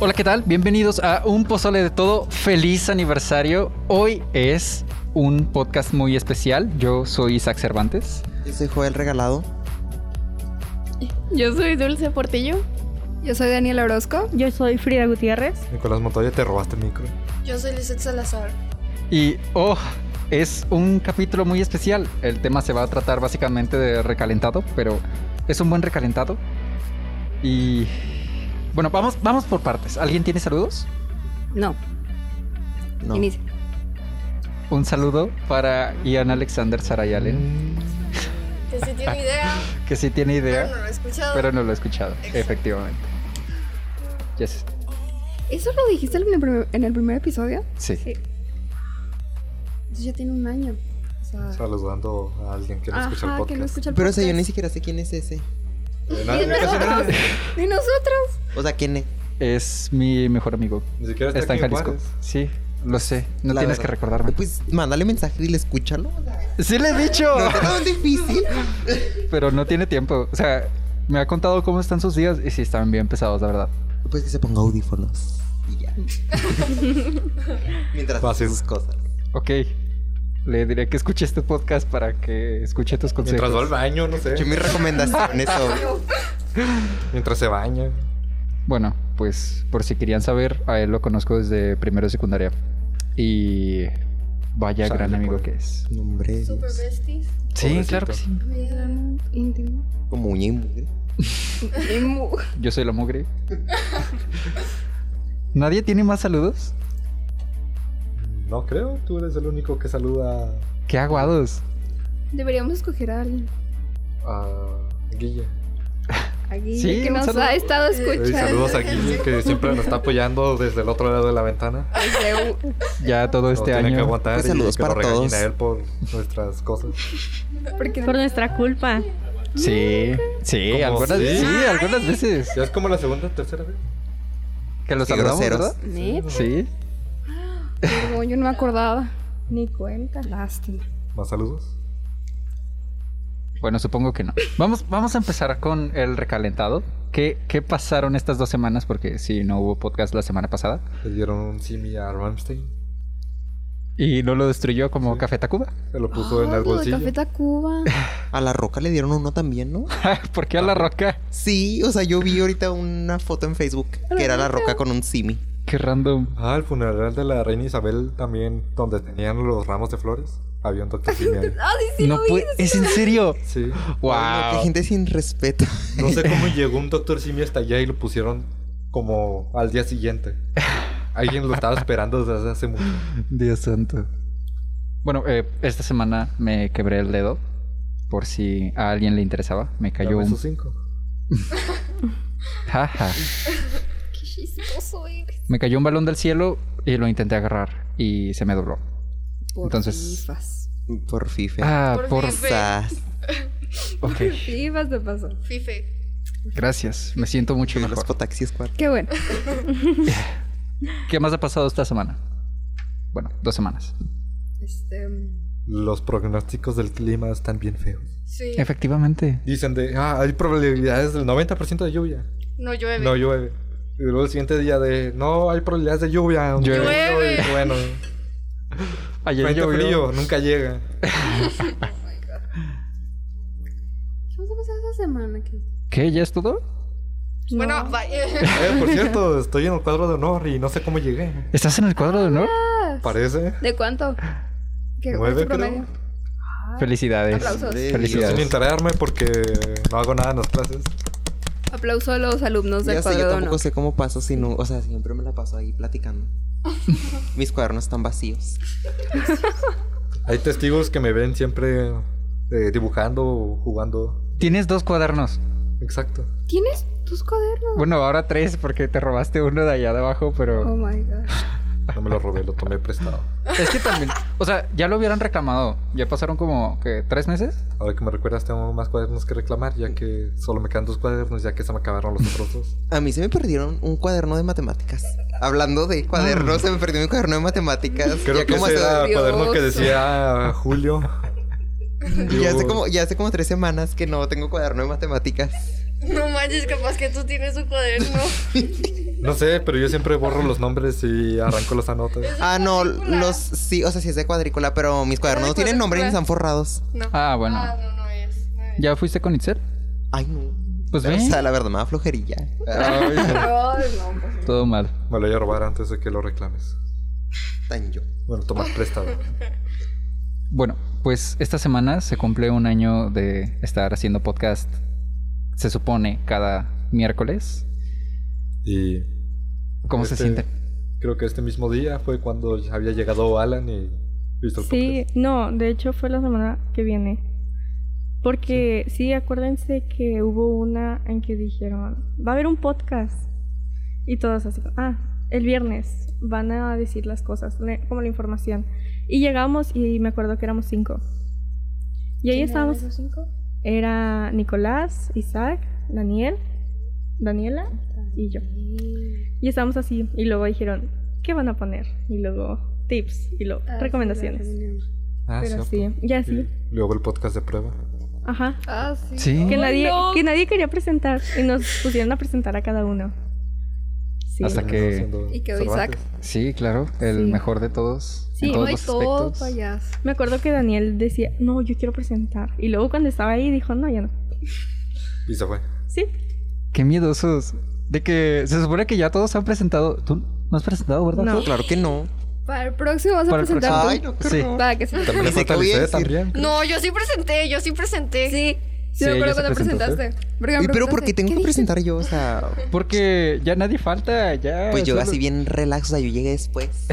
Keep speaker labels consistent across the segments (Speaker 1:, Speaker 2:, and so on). Speaker 1: Hola, ¿qué tal? Bienvenidos a Un Pozole de Todo. Feliz aniversario. Hoy es un podcast muy especial. Yo soy Isaac Cervantes.
Speaker 2: Yo soy Joel Regalado.
Speaker 3: Yo soy Dulce Portillo.
Speaker 4: Yo soy Daniel Orozco.
Speaker 5: Yo soy Frida Gutiérrez.
Speaker 6: Nicolás Montoya, te robaste el micro.
Speaker 7: Yo soy Lizeth Salazar.
Speaker 1: Y, oh, es un capítulo muy especial. El tema se va a tratar básicamente de recalentado, pero es un buen recalentado. Y bueno, vamos, vamos por partes. ¿Alguien tiene saludos?
Speaker 4: No.
Speaker 2: No.
Speaker 4: Inicia.
Speaker 1: Un saludo para Ian Alexander Sarayalen,
Speaker 6: Mm.
Speaker 7: Que sí tiene idea,
Speaker 1: que sí tiene
Speaker 7: pero no
Speaker 1: idea,
Speaker 7: lo he escuchado.
Speaker 1: pero no lo he escuchado,
Speaker 7: Exacto.
Speaker 1: efectivamente. Yes.
Speaker 4: ¿Eso lo dijiste en el primer, en el primer episodio?
Speaker 1: Sí.
Speaker 4: Eso ya tiene un año. O sea,
Speaker 6: Saludando a alguien que no
Speaker 4: ajá,
Speaker 6: escucha el
Speaker 4: que no
Speaker 6: podcast.
Speaker 4: escucha el
Speaker 2: Pero o sea, yo ni
Speaker 4: podcast.
Speaker 2: siquiera sé quién es ese.
Speaker 6: Eh, nadie- casi nadie.
Speaker 4: Ni nosotros.
Speaker 2: O sea, quién es.
Speaker 1: Es mi mejor amigo.
Speaker 6: Ni siquiera
Speaker 1: Está en
Speaker 6: aquí
Speaker 1: Jalisco.
Speaker 6: Juárez.
Speaker 1: Sí, lo sé. No
Speaker 2: La
Speaker 1: tienes
Speaker 2: verdad.
Speaker 1: que recordarme.
Speaker 2: Pues mándale mensaje y le escúchalo. O sea,
Speaker 1: Sí le he dicho,
Speaker 2: No está tan difícil.
Speaker 1: pero no tiene tiempo. O sea, me ha contado cómo están sus días y sí están bien pesados, la verdad.
Speaker 2: Pues que se ponga audífonos. Y ya. Mientras hace
Speaker 6: Fácil.
Speaker 2: sus cosas.
Speaker 1: Ok. Le diré que escuche este podcast para que escuche tus consejos.
Speaker 6: Mientras va al baño, no
Speaker 2: Yo
Speaker 6: sé.
Speaker 2: mis recomendaciones obvio.
Speaker 6: Mientras se baña.
Speaker 1: Bueno, pues por si querían saber, a él lo conozco desde primero de secundaria. Y vaya
Speaker 6: Sale,
Speaker 1: gran
Speaker 6: pues.
Speaker 1: amigo que es.
Speaker 2: Nombre.
Speaker 7: Super besties.
Speaker 1: Sí,
Speaker 6: Pobrecito.
Speaker 1: claro que sí.
Speaker 7: Me dieron-
Speaker 4: Íntimo.
Speaker 2: Como uña y mugre.
Speaker 4: Emu.
Speaker 1: Yo soy la mugre. ¿Nadie tiene más saludos?
Speaker 6: No creo, tú eres el único que saluda
Speaker 1: ¡Qué aguados!
Speaker 4: Deberíamos escoger a alguien.
Speaker 6: a Guille.
Speaker 4: Aquí,
Speaker 1: Sí,
Speaker 4: que
Speaker 1: un
Speaker 4: nos
Speaker 1: saludo.
Speaker 4: ha estado
Speaker 6: Eh,
Speaker 4: escuchando.
Speaker 6: saludos a Guille, que siempre nos está apoyando desde el otro lado de la ventana.
Speaker 4: desde u-
Speaker 1: Ya todo
Speaker 6: Nos
Speaker 1: este
Speaker 6: tiene que
Speaker 1: año.
Speaker 6: aguantar
Speaker 2: Pues
Speaker 6: y
Speaker 2: saludos
Speaker 6: que lo
Speaker 2: para
Speaker 6: regañen
Speaker 2: todos.
Speaker 6: a él por nuestras cosas.
Speaker 4: porque
Speaker 5: Por nuestra culpa.
Speaker 1: Sí, sí,
Speaker 6: ¿Cómo
Speaker 1: algunas,
Speaker 6: sí?
Speaker 1: sí, algunas veces.
Speaker 6: Ya es como la segunda, tercera vez.
Speaker 1: Que los
Speaker 2: Qué
Speaker 1: saludamos,
Speaker 2: groseros.
Speaker 1: ¿verdad?
Speaker 4: Net,
Speaker 1: Sí.
Speaker 4: no, yo no me acordaba. Ni cuenta. Lástima.
Speaker 6: Más saludos.
Speaker 1: Bueno, supongo que no. Vamos, vamos a empezar con el recalentado. ¿Qué, ¿Qué pasaron estas dos semanas? Porque sí, no hubo podcast la semana pasada.
Speaker 6: Le dieron un simi a Rammstein.
Speaker 1: Y no lo destruyó como
Speaker 6: Sí.
Speaker 1: Café Tacuba.
Speaker 6: Se lo puso en
Speaker 4: Ah,
Speaker 6: el
Speaker 4: lo de
Speaker 6: bolsillo.
Speaker 4: Café Tacuba.
Speaker 2: A la roca le dieron uno también, ¿no?
Speaker 1: ¿Por qué a la roca?
Speaker 2: Sí, o sea, yo vi ahorita una foto en Facebook que era la roca con un simi.
Speaker 1: Qué random.
Speaker 6: Ah, el funeral de la reina Isabel también, donde tenían los ramos de flores. Había un doctor simi ahí.
Speaker 4: Ah, sí, sí,
Speaker 1: no
Speaker 4: lo vi.
Speaker 1: puede- ¿Es en serio?
Speaker 6: Sí.
Speaker 2: Ay, no, qué
Speaker 1: ¡Wow!
Speaker 2: gente sin respeto.
Speaker 6: No sé cómo llegó un doctor simi hasta allá y lo pusieron como al día siguiente. Alguien lo estaba esperando desde hace mucho.
Speaker 1: Dios santo. Bueno, eh, esta semana me quebré el dedo. Por si a alguien le interesaba. Me cayó
Speaker 6: Dame
Speaker 1: un...
Speaker 6: esos cinco.
Speaker 1: Jaja.
Speaker 7: Qué chistoso
Speaker 4: eh.
Speaker 7: eres.
Speaker 1: Me cayó un balón del cielo y lo intenté agarrar. Y se me dobló.
Speaker 4: Por
Speaker 1: Entonces-
Speaker 4: Fifas.
Speaker 2: Por FIFA.
Speaker 1: Ah,
Speaker 7: Por
Speaker 1: por...
Speaker 7: mi fe.
Speaker 2: Sas.
Speaker 1: Ok.
Speaker 4: Fifas te pasó.
Speaker 7: Fife.
Speaker 1: Gracias. Me siento mucho
Speaker 2: Los
Speaker 1: mejor.
Speaker 2: potaxis cuatro.
Speaker 4: Qué bueno.
Speaker 1: ¿Qué más ha pasado esta semana? Bueno, dos semanas.
Speaker 4: Este, mm,
Speaker 6: Los pronósticos del clima están bien feos.
Speaker 7: Sí.
Speaker 1: Efectivamente.
Speaker 6: Dicen de, ah, hay probabilidades del 90% de lluvia.
Speaker 7: No llueve.
Speaker 6: No llueve. Y luego el siguiente día de, no, hay probabilidades de lluvia. aunque
Speaker 1: Llueve.
Speaker 6: llueve". Bueno,
Speaker 1: Ayer
Speaker 6: frente
Speaker 1: llovió.
Speaker 6: frío, nunca llega.
Speaker 4: ¿Qué vas a pasar esta semana? ¿Qué?
Speaker 1: ¿Qué? ¿Ya es todo?
Speaker 7: Bueno,
Speaker 4: No.
Speaker 7: vaya.
Speaker 6: Eh, por cierto, estoy en el cuadro de honor y no sé cómo llegué.
Speaker 1: ¿Estás en el cuadro de honor?
Speaker 6: Parece.
Speaker 4: ¿De cuánto? ¿Qué cuál
Speaker 6: Nueve,
Speaker 4: es tu promedio?
Speaker 7: Ah,
Speaker 1: Felicidades.
Speaker 4: Aplausos.
Speaker 6: Yo sin
Speaker 1: Felicidades.
Speaker 6: enterarme porque no hago nada en las clases.
Speaker 4: Aplauso a los alumnos
Speaker 7: Pues
Speaker 4: del
Speaker 2: Ya sé, yo
Speaker 4: cuadro de
Speaker 2: tampoco
Speaker 4: honor.
Speaker 2: sé cómo paso si no, o sea, siempre me la paso ahí platicando. Mis cuadernos están vacíos.
Speaker 6: Hay testigos que me ven siempre eh, dibujando o jugando.
Speaker 1: Tienes dos cuadernos.
Speaker 6: Exacto.
Speaker 4: ¿Tienes tus cuadernos?
Speaker 1: Bueno, ahora tres porque te robaste uno de allá de abajo,
Speaker 4: Oh
Speaker 1: pero...
Speaker 4: my god.
Speaker 6: No me lo robé, lo tomé prestado.
Speaker 1: Es que también... O sea, ya lo hubieran reclamado. Ya pasaron como, ¿qué? ¿Tres meses?
Speaker 6: Ahora que me recuerdas, tengo más cuadernos que reclamar, ya que solo me quedan dos cuadernos, ya que se me acabaron los otros dos.
Speaker 2: A mí se me perdieron un cuaderno de matemáticas. Hablando de cuadernos, se me perdió mi cuaderno de matemáticas.
Speaker 6: Creo
Speaker 2: ya
Speaker 6: que
Speaker 2: como
Speaker 6: ese
Speaker 2: hace,
Speaker 6: era el cuaderno que
Speaker 4: odioso.
Speaker 6: decía Julio.
Speaker 2: ya hace como ya hace como tres semanas que no tengo cuaderno de matemáticas.
Speaker 7: No manches, capaz que tú tienes un cuaderno.
Speaker 6: No sé, pero yo siempre borro los nombres y arranco las anotas.
Speaker 2: Ah, no,
Speaker 7: cuadrícula.
Speaker 2: los sí, o sea, sí es de cuadrícula, pero mis cuadernos no tienen nombre ni están forrados.
Speaker 7: No.
Speaker 1: Ah, bueno.
Speaker 7: Ah, no, no es. no es.
Speaker 1: ¿Ya fuiste con Itzel?
Speaker 2: Ay, no.
Speaker 1: Pues
Speaker 2: O
Speaker 1: ven.
Speaker 2: sea, la verdad me da flojerilla.
Speaker 7: Ay,
Speaker 6: Ay,
Speaker 7: no, pues,
Speaker 1: Todo mal.
Speaker 6: me lo voy a robar antes de que lo reclames.
Speaker 2: Tan yo.
Speaker 6: Bueno, toma prestado.
Speaker 1: Bueno, pues esta semana se cumple un año de estar haciendo podcast. Se supone cada miércoles.
Speaker 6: Y
Speaker 1: ¿Cómo se
Speaker 6: este-
Speaker 1: siente?
Speaker 6: creo que este mismo día fue cuando había llegado Alan y visto el
Speaker 5: Sí, no, de hecho fue la semana que viene. Porque sí. acuérdense que hubo una en que dijeron, va a haber un podcast. Y todos así, como, ah, el viernes van a decir las cosas, le- como la información. Y llegamos y me acuerdo que éramos cinco. Y
Speaker 7: ¿quién
Speaker 5: ahí
Speaker 7: era de
Speaker 5: estábamos.
Speaker 7: esos cinco?
Speaker 5: Era Nicolás, Isaac, Daniel, Daniela y
Speaker 4: Ah,
Speaker 5: yo. Y estábamos así. Y luego dijeron, ¿qué van a poner? Y luego tips y luego
Speaker 7: Ah, sí,
Speaker 5: recomendaciones.
Speaker 7: la reunión.
Speaker 6: Ah,
Speaker 5: Pero sí, ya sí.
Speaker 6: Y luego el podcast de prueba.
Speaker 5: Ajá.
Speaker 7: Ah, sí.
Speaker 1: Sí.
Speaker 5: Que
Speaker 1: Ay,
Speaker 5: nadie, que nadie quería presentar y nos pusieron a presentar a cada uno. Sí.
Speaker 1: Hasta que-
Speaker 6: Terminó siendo
Speaker 7: Y quedó
Speaker 6: Cervantes.
Speaker 1: Sí, claro. El
Speaker 5: Sí.
Speaker 1: mejor de todos.
Speaker 5: Sí,
Speaker 1: en todos
Speaker 7: No hay
Speaker 1: los
Speaker 7: todo
Speaker 1: aspectos.
Speaker 7: payaso.
Speaker 5: Me acuerdo que Daniel decía, no, yo quiero presentar. Y luego cuando estaba ahí dijo, no, ya no.
Speaker 6: Y se fue.
Speaker 5: Sí.
Speaker 1: Qué miedosos. De que se supone que ya todos se han presentado. ¿Tú no has presentado, verdad?
Speaker 5: No.
Speaker 2: Claro que no.
Speaker 4: Para el próximo vas a
Speaker 1: Para el
Speaker 4: presentar tú.
Speaker 2: Ay, no, qué
Speaker 1: Sí.
Speaker 2: horror.
Speaker 4: Para que se
Speaker 6: También le
Speaker 2: Dice
Speaker 6: falta
Speaker 2: que voy a
Speaker 6: Lisette
Speaker 2: decir-
Speaker 6: también. creo.
Speaker 7: No, yo sí presenté, yo sí presenté.
Speaker 4: Sí. Sí,
Speaker 1: Sí,
Speaker 4: me
Speaker 1: ella
Speaker 4: acuerdo
Speaker 1: se
Speaker 4: cuando
Speaker 1: presentó,
Speaker 4: presentaste. Porque me
Speaker 2: Uy, pero ¿por
Speaker 4: preguntaste,
Speaker 2: qué tengo que
Speaker 4: dices?
Speaker 2: presentar yo? O sea,
Speaker 1: Porque ya nadie falta. Ya.
Speaker 2: pues yo
Speaker 1: solo-
Speaker 2: así bien relax, o sea, yo llegué después.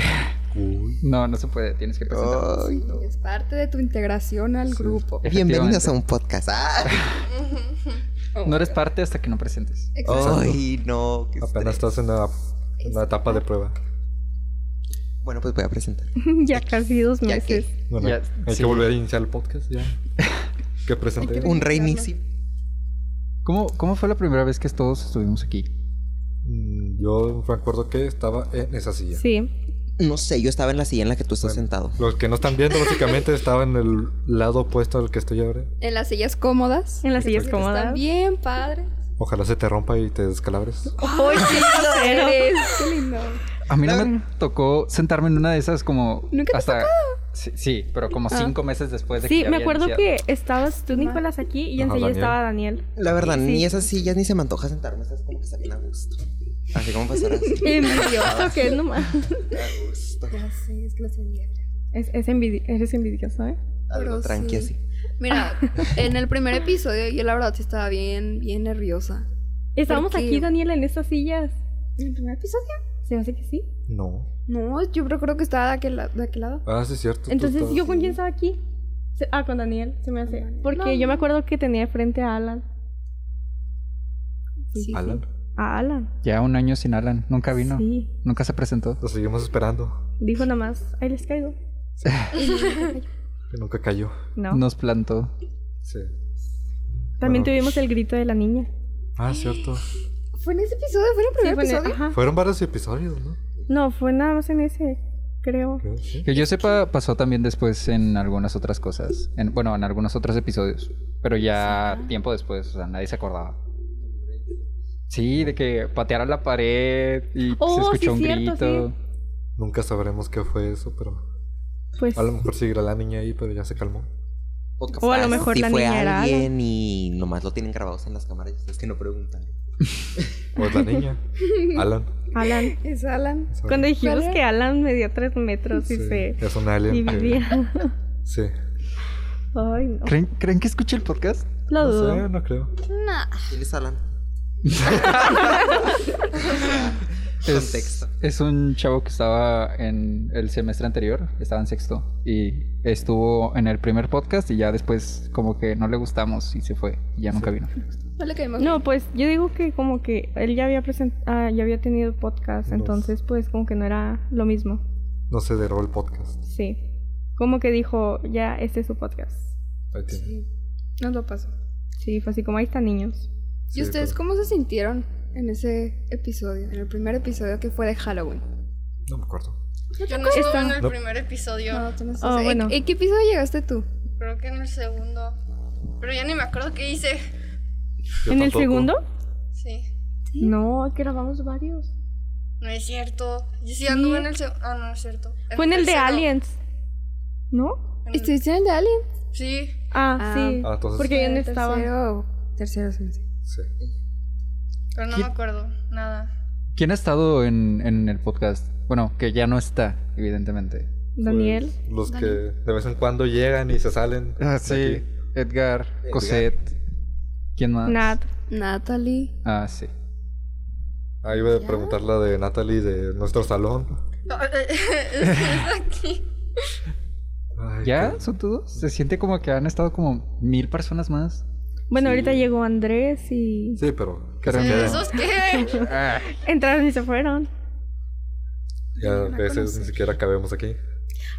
Speaker 6: Uy.
Speaker 1: No, no se puede. Tienes que presentar.
Speaker 2: Ay, no.
Speaker 4: Es parte de tu integración al
Speaker 6: Sí.
Speaker 4: grupo.
Speaker 2: Bienvenidos a un podcast. Ah,
Speaker 1: No eres parte hasta que no presentes.
Speaker 7: Exacto.
Speaker 2: ay, no. qué
Speaker 6: Apenas
Speaker 2: estrés.
Speaker 6: estás en la, en la etapa de prueba.
Speaker 2: Bueno, pues voy a presentar.
Speaker 5: ya casi dos
Speaker 2: Ya que-
Speaker 5: meses.
Speaker 6: Bueno,
Speaker 1: Ya,
Speaker 6: hay
Speaker 1: sí.
Speaker 6: que volver a iniciar el podcast ya. Que presenté.
Speaker 2: Un reinicio.
Speaker 1: ¿Cómo, ¿Cómo fue la primera vez que todos estuvimos aquí?
Speaker 6: Mm, Yo me acuerdo que estaba en esa silla.
Speaker 5: Sí.
Speaker 2: No sé, yo estaba en la silla en la que tú estás
Speaker 6: Bueno.
Speaker 2: sentado.
Speaker 6: Los que no están viendo, básicamente, estaba en el lado opuesto al que estoy ahora.
Speaker 4: En las sillas cómodas.
Speaker 5: En las sillas
Speaker 4: Porque
Speaker 5: cómodas.
Speaker 4: Están bien padres.
Speaker 6: Ojalá se te rompa y te descalabres.
Speaker 4: ¡Ay, sí, los eres! ¡Qué lindo!
Speaker 1: A mí no
Speaker 2: Claro.
Speaker 1: me tocó sentarme en una de esas como
Speaker 4: ¿Nunca te
Speaker 1: hasta sí, sí, pero como
Speaker 5: Ah.
Speaker 1: cinco meses después de que
Speaker 5: Sí,
Speaker 1: ya
Speaker 5: me
Speaker 1: había
Speaker 5: acuerdo
Speaker 1: iniciado.
Speaker 5: que estabas tú, Nicolás, aquí y
Speaker 6: Ajá,
Speaker 5: enseguida
Speaker 6: Daniel.
Speaker 5: estaba Daniel.
Speaker 2: La verdad,
Speaker 5: Sí.
Speaker 2: ni esas sillas ni se me antoja sentarme, estás como que está bien a gusto. Así como pasar así.
Speaker 5: Envidioso que es nomás.
Speaker 2: A gusto.
Speaker 7: Ya sé, es que lo sabía.
Speaker 5: Es, es envidi- eres envidioso, ¿eh?
Speaker 2: Algo
Speaker 7: Pero
Speaker 2: tranqui
Speaker 7: sí.
Speaker 2: así.
Speaker 7: Mira, en el primer episodio yo la verdad sí estaba bien, bien nerviosa.
Speaker 5: Estábamos
Speaker 7: ¿Por qué?
Speaker 5: aquí, Daniel, en estas sillas.
Speaker 7: ¿En el primer episodio?
Speaker 5: Se me hace que sí.
Speaker 6: No.
Speaker 7: No, yo creo que estaba de aquel, la- de aquel lado.
Speaker 6: Ah, sí, es cierto. tú
Speaker 5: Entonces,
Speaker 6: estabas-
Speaker 5: ¿yo con quién estaba aquí? Se- ah, con Daniel, se me hace.
Speaker 7: Daniel.
Speaker 5: Porque
Speaker 7: No.
Speaker 5: yo me acuerdo que tenía frente a Alan.
Speaker 7: Sí.
Speaker 6: Alan.
Speaker 5: A Alan.
Speaker 1: Ya un año sin Alan, nunca vino,
Speaker 5: Sí.
Speaker 1: nunca se presentó.
Speaker 6: Lo seguimos esperando.
Speaker 5: Dijo nada más, ahí les caigo.
Speaker 6: Que nunca cayó.
Speaker 5: No.
Speaker 1: Nos plantó.
Speaker 6: Sí.
Speaker 5: También
Speaker 6: Bueno.
Speaker 5: tuvimos el grito de la niña.
Speaker 6: Ah, cierto.
Speaker 7: ¿Fue en ese episodio? ¿Fue en el primer
Speaker 5: fue en el-
Speaker 7: episodio?
Speaker 5: ajá.
Speaker 6: Fueron varios episodios, ¿no?
Speaker 5: No, fue nada más en ese, creo.
Speaker 6: Creo, sí.
Speaker 1: Que yo sepa, pasó también después en algunas otras cosas. En, bueno, en algunos otros episodios. Pero ya
Speaker 5: Ah.
Speaker 1: tiempo después, o sea, nadie se acordaba. Sí, de que patearon la pared y
Speaker 5: Oh,
Speaker 1: se escuchó
Speaker 5: sí,
Speaker 1: un
Speaker 5: cierto,
Speaker 1: grito.
Speaker 6: Nunca sabremos qué fue eso, pero
Speaker 5: Pues
Speaker 6: a lo mejor seguirá la niña ahí, pero ya se calmó.
Speaker 5: O a lo
Speaker 2: capaz
Speaker 5: mejor
Speaker 2: sí
Speaker 5: la
Speaker 2: fue
Speaker 5: niña era
Speaker 2: alguien y nomás lo tienen grabados en las cámaras y ustedes que no preguntan.
Speaker 6: O es la niña. Alan.
Speaker 5: Alan.
Speaker 4: Es Alan.
Speaker 6: ¿sabes?
Speaker 5: Cuando dijimos
Speaker 4: ¿Cuál era?
Speaker 5: que Alan medía tres metros y
Speaker 6: Sí,
Speaker 5: se...
Speaker 6: Es un
Speaker 5: Y
Speaker 6: alien. que-
Speaker 5: vivía.
Speaker 6: Sí.
Speaker 5: Ay, no.
Speaker 1: ¿Creen, ¿Creen que escuché el podcast?
Speaker 5: Lo
Speaker 6: No
Speaker 5: dudo.
Speaker 6: sé, no creo.
Speaker 2: ¿Quién es Alan?
Speaker 1: Es,
Speaker 2: Contexto.
Speaker 1: es un chavo que estaba en el semestre anterior, estaba en sexto, y estuvo en el primer podcast y ya después como que no le gustamos y se fue, y ya nunca vino.
Speaker 7: No le caímos.
Speaker 5: No, pues yo digo que como que él ya había present- ah, ya había tenido podcast,
Speaker 6: Dos.
Speaker 5: entonces pues como que no era lo mismo.
Speaker 6: No se derró el podcast.
Speaker 5: Sí. Como que dijo, ya este es su podcast.
Speaker 6: Ahí tiene.
Speaker 7: Sí. Nos lo pasó.
Speaker 5: Sí, fue así como ahí están niños.
Speaker 6: Sí,
Speaker 7: ¿Y ustedes
Speaker 6: pero-
Speaker 7: cómo se sintieron en ese episodio? En el primer episodio que fue de Halloween.
Speaker 6: No me acuerdo.
Speaker 3: Yo no estuve en el
Speaker 6: No.
Speaker 3: primer episodio,
Speaker 7: No, tú no
Speaker 5: Ah,
Speaker 7: estás. ¿En-
Speaker 5: bueno.
Speaker 7: ¿En qué episodio llegaste tú?
Speaker 3: creo que en el segundo. Pero ya ni me acuerdo qué hice.
Speaker 6: Yo
Speaker 5: ¿En el
Speaker 6: tampoco.
Speaker 5: segundo?
Speaker 3: Sí.
Speaker 5: No, que grabamos varios.
Speaker 3: No es cierto. Yo sí anduve
Speaker 5: Sí.
Speaker 3: en el segundo. Ah, no es cierto.
Speaker 5: Fue en el de Este-
Speaker 3: tercero.
Speaker 5: Aliens. ¿No?
Speaker 4: Mm.
Speaker 3: En el-
Speaker 7: ¿Estuviste en el de Alien?
Speaker 3: Sí.
Speaker 5: Ah,
Speaker 7: Ah.
Speaker 5: sí.
Speaker 6: Ah, entonces-
Speaker 5: Porque yo no estaba.
Speaker 7: Tercero, tercero se me hace.
Speaker 6: Sí.
Speaker 3: Pero no
Speaker 1: ¿Qui-
Speaker 3: me acuerdo. Nada.
Speaker 1: ¿Quién ha estado en, en el podcast? Bueno, que ya no está, evidentemente.
Speaker 5: Daniel.
Speaker 6: Pues, los que de vez en cuando llegan y se salen. de
Speaker 1: Ah, sí.
Speaker 6: aquí.
Speaker 1: Edgar, Cosette. ¿Quién más?
Speaker 5: Nat.
Speaker 7: Natalie.
Speaker 1: Ah, sí.
Speaker 6: Ahí voy a preguntar la de Natalie de nuestro salón.
Speaker 3: Ah, eh, es aquí.
Speaker 6: Ay,
Speaker 1: ¿Ya?
Speaker 6: qué-
Speaker 1: ¿Son todos? Se siente como que han estado como mil personas más.
Speaker 5: Bueno,
Speaker 6: Sí.
Speaker 5: ahorita llegó Andrés y
Speaker 6: Sí, pero. que
Speaker 1: Pero
Speaker 6: se
Speaker 1: no.
Speaker 6: queden.
Speaker 3: ¿Esos qué?
Speaker 1: Ah,
Speaker 5: entraron y se fueron.
Speaker 6: Ya a veces ni siquiera cabemos aquí.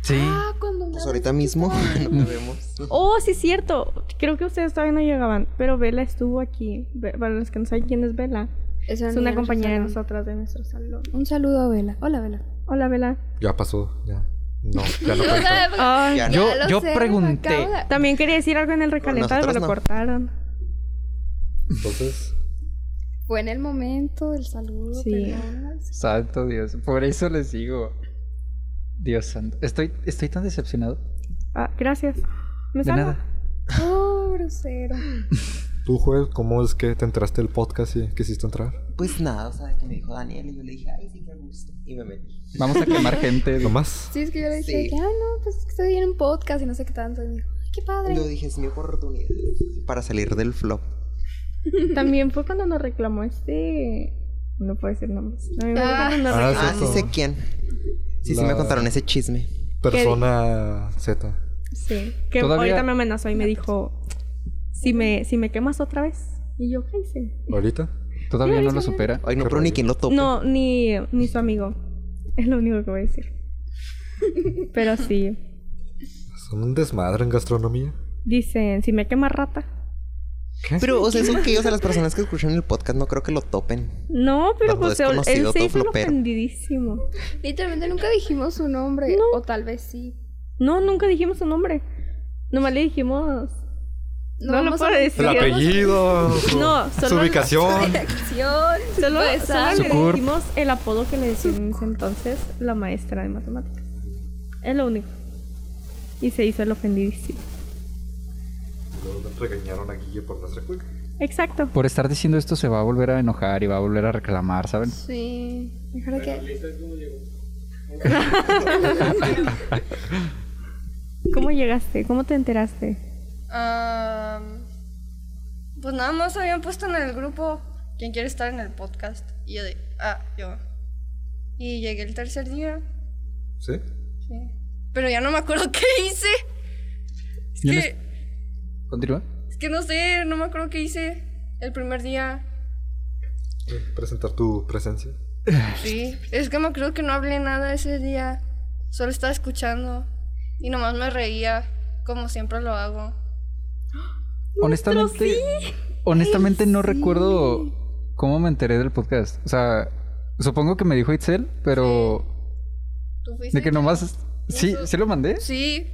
Speaker 1: sí.
Speaker 7: Ah, cuando
Speaker 2: Pues ahorita mismo no vemos.
Speaker 5: Oh, sí, es cierto. Creo que ustedes todavía no llegaban, pero Vela estuvo aquí. Ve- Para los que no saben quién es Vela, es una compañera de nosotras de nuestro salón.
Speaker 7: Un saludo a Vela. Hola, Vela.
Speaker 5: Hola, Vela.
Speaker 6: Ya pasó, ya. No, ya no
Speaker 7: O sea,
Speaker 6: cuenta.
Speaker 5: Ay,
Speaker 2: Ya no.
Speaker 1: Yo,
Speaker 7: Ah, ya lo
Speaker 1: yo
Speaker 7: sé, me
Speaker 1: pregunté.
Speaker 7: acabo de-
Speaker 5: también quería decir algo en el recalentado,
Speaker 2: nosotras
Speaker 5: pero lo
Speaker 2: no.
Speaker 5: cortaron.
Speaker 6: Entonces,
Speaker 7: Fue en el momento del saludo.
Speaker 5: Sí.
Speaker 7: perdón.
Speaker 1: Santo Dios. Por eso les digo. Dios santo. Estoy, estoy tan decepcionado.
Speaker 5: Ah, gracias. ¿Me
Speaker 1: De
Speaker 5: salgo?
Speaker 1: nada.
Speaker 7: Oh, grosero.
Speaker 6: tú, Joel, ¿cómo es que te entraste el podcast y quisiste entrar?
Speaker 2: Pues nada, o sea, que me dijo Daniel y yo le dije, ay, sí, qué gusto. Y me metí.
Speaker 1: Vamos a quemar gente.
Speaker 6: ¿Nomás?
Speaker 7: Sí, es que yo le dije,
Speaker 2: Sí.
Speaker 7: ya no, pues es que estoy en un podcast y no sé qué tanto. Y me dijo, ay, qué padre.
Speaker 2: Yo dije, es mi oportunidad para salir del flop.
Speaker 5: También fue cuando nos reclamó este. No puedo decir nombres. También fue cuando nos
Speaker 6: Ah,
Speaker 5: reclamó.
Speaker 2: Ah, sí
Speaker 6: cierto.
Speaker 2: sé quién. Sí, sí
Speaker 6: La-
Speaker 2: me contaron ese chisme.
Speaker 6: Persona Z.
Speaker 5: Sí. Que
Speaker 1: Todavía-
Speaker 5: ahorita me amenazó y me dijo: si me, si me quemas otra vez. Y yo, ¿qué hice?
Speaker 6: ¿Ahorita?
Speaker 1: Todavía no lo supera.
Speaker 2: Ay, no,
Speaker 6: Qué
Speaker 2: pero ni
Speaker 6: rollo.
Speaker 2: quien lo tope.
Speaker 5: No, ni, ni su amigo. Es lo único que voy a decir. Pero sí.
Speaker 6: Son un desmadre en gastronomía.
Speaker 5: Dicen, si me quema rata.
Speaker 6: ¿Qué?
Speaker 2: Pero, o sea, eso que, o sea, las personas que escuchan el podcast no creo que lo topen.
Speaker 5: No, pero
Speaker 2: Todo
Speaker 5: pues él, él
Speaker 2: desconocido,
Speaker 5: se
Speaker 2: todo
Speaker 5: hizo el
Speaker 2: flopero.
Speaker 5: ofendidísimo.
Speaker 7: Literalmente nunca dijimos su nombre.
Speaker 5: No.
Speaker 7: O tal vez sí.
Speaker 5: No, nunca dijimos su nombre. Nomás le dijimos. No, lo
Speaker 7: vamos a
Speaker 5: puedo decir.
Speaker 6: El apellido. su-
Speaker 5: No,
Speaker 6: Su
Speaker 5: solo-
Speaker 6: ubicación.
Speaker 7: Acción.
Speaker 5: Solo,
Speaker 7: Pues,
Speaker 5: solo
Speaker 7: sale.
Speaker 5: le
Speaker 1: Sucur.
Speaker 5: dijimos el apodo que le decía en ese entonces la maestra de matemáticas. Es lo único. Y se hizo el ofendidísimo.
Speaker 6: Luego nos regañaron aquí por nuestra culpa.
Speaker 5: Exacto.
Speaker 1: Por estar diciendo esto se va a volver a enojar y va a volver a reclamar, ¿saben?
Speaker 7: Sí. Mejor que.
Speaker 5: ¿Cómo llegaste? ¿Cómo te enteraste?
Speaker 3: Am, pues nada más habían puesto en el grupo quién quiere estar en el podcast. Y yo de, ah, yo. Y llegué el tercer día.
Speaker 6: ¿Sí?
Speaker 3: Sí. Pero ya no me acuerdo qué hice. Es
Speaker 1: Yo no
Speaker 3: que,
Speaker 1: Continúa.
Speaker 3: es que no sé, no me acuerdo qué hice el primer día.
Speaker 6: Presentar tu presencia.
Speaker 3: Sí, es que me acuerdo que no hablé nada ese día. Solo estaba escuchando y nomás me reía, como siempre lo hago.
Speaker 1: Honestamente, honestamente no recuerdo cómo me enteré del podcast. O sea, supongo que me dijo Itzel, pero
Speaker 3: ¿Tú
Speaker 1: de
Speaker 3: fuiste?
Speaker 1: que nomás sí, sí lo mandé.
Speaker 3: Sí,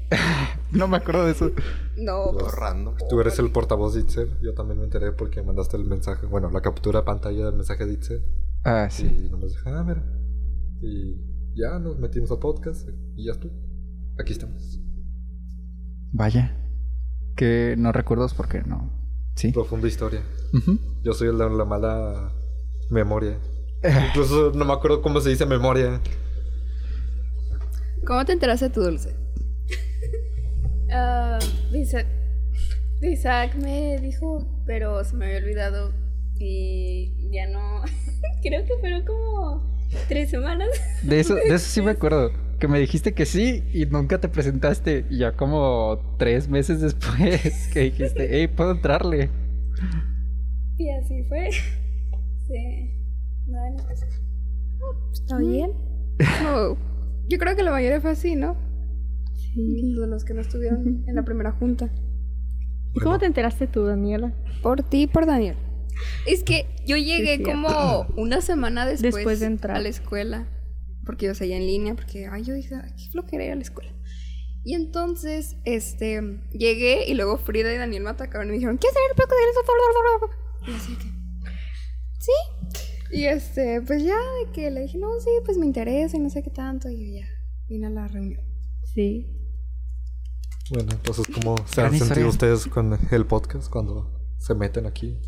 Speaker 1: No me acuerdo de eso.
Speaker 7: No.
Speaker 6: Pues,
Speaker 2: Borrando.
Speaker 6: Tú eres el portavoz de Itzel. Yo también me enteré porque mandaste el mensaje. Bueno, la captura de pantalla del mensaje de Itzel.
Speaker 1: Ah, sí.
Speaker 6: Y nomás dije, ah, mira. Y ya nos metimos al podcast. Y ya estuvo. Aquí estamos.
Speaker 1: Vaya. Que no recuerdos porque no. Sí.
Speaker 6: Profunda historia.
Speaker 1: Ujú.
Speaker 6: Yo soy el de la mala memoria. Incluso no me acuerdo cómo se dice memoria.
Speaker 7: ¿Cómo te enteraste de tu dulce?
Speaker 8: Ah, Isaac, Isaac me dijo, pero se me había olvidado y ya no. Creo que fueron como tres semanas.
Speaker 1: De eso, de eso sí me acuerdo. Que me dijiste que sí y nunca te presentaste. Y ya como tres meses después que dijiste, hey, puedo entrarle.
Speaker 8: Y así fue. Sí. Nada, no pasa.
Speaker 7: ¿Está bien? Mm. No. Yo creo que la mayoría fue así, ¿no? Sí. De los que no estuvieron en la primera junta.
Speaker 5: ¿Y cómo te enteraste tú, Daniela?
Speaker 7: Por ti y por Daniel. Es que yo llegué
Speaker 5: es cierto.
Speaker 7: como una semana después,
Speaker 5: Después de entrar.
Speaker 7: a la escuela. Porque yo seguía en línea, porque ay, yo dije, ay, qué flojera ir a la escuela. Y entonces, este, llegué y luego Frida y Daniel me atacaron y me dijeron, ¿qué hacer el podcast? Y así de que, ¿sí? Y este, pues ya, de que le dije, no, sí, pues me interesa y no sé qué tanto. Y yo ya, vine a la reunión.
Speaker 5: Sí.
Speaker 6: Bueno, entonces, ¿cómo se han
Speaker 1: Gran historia.
Speaker 6: sentido ustedes con el podcast cuando se meten aquí?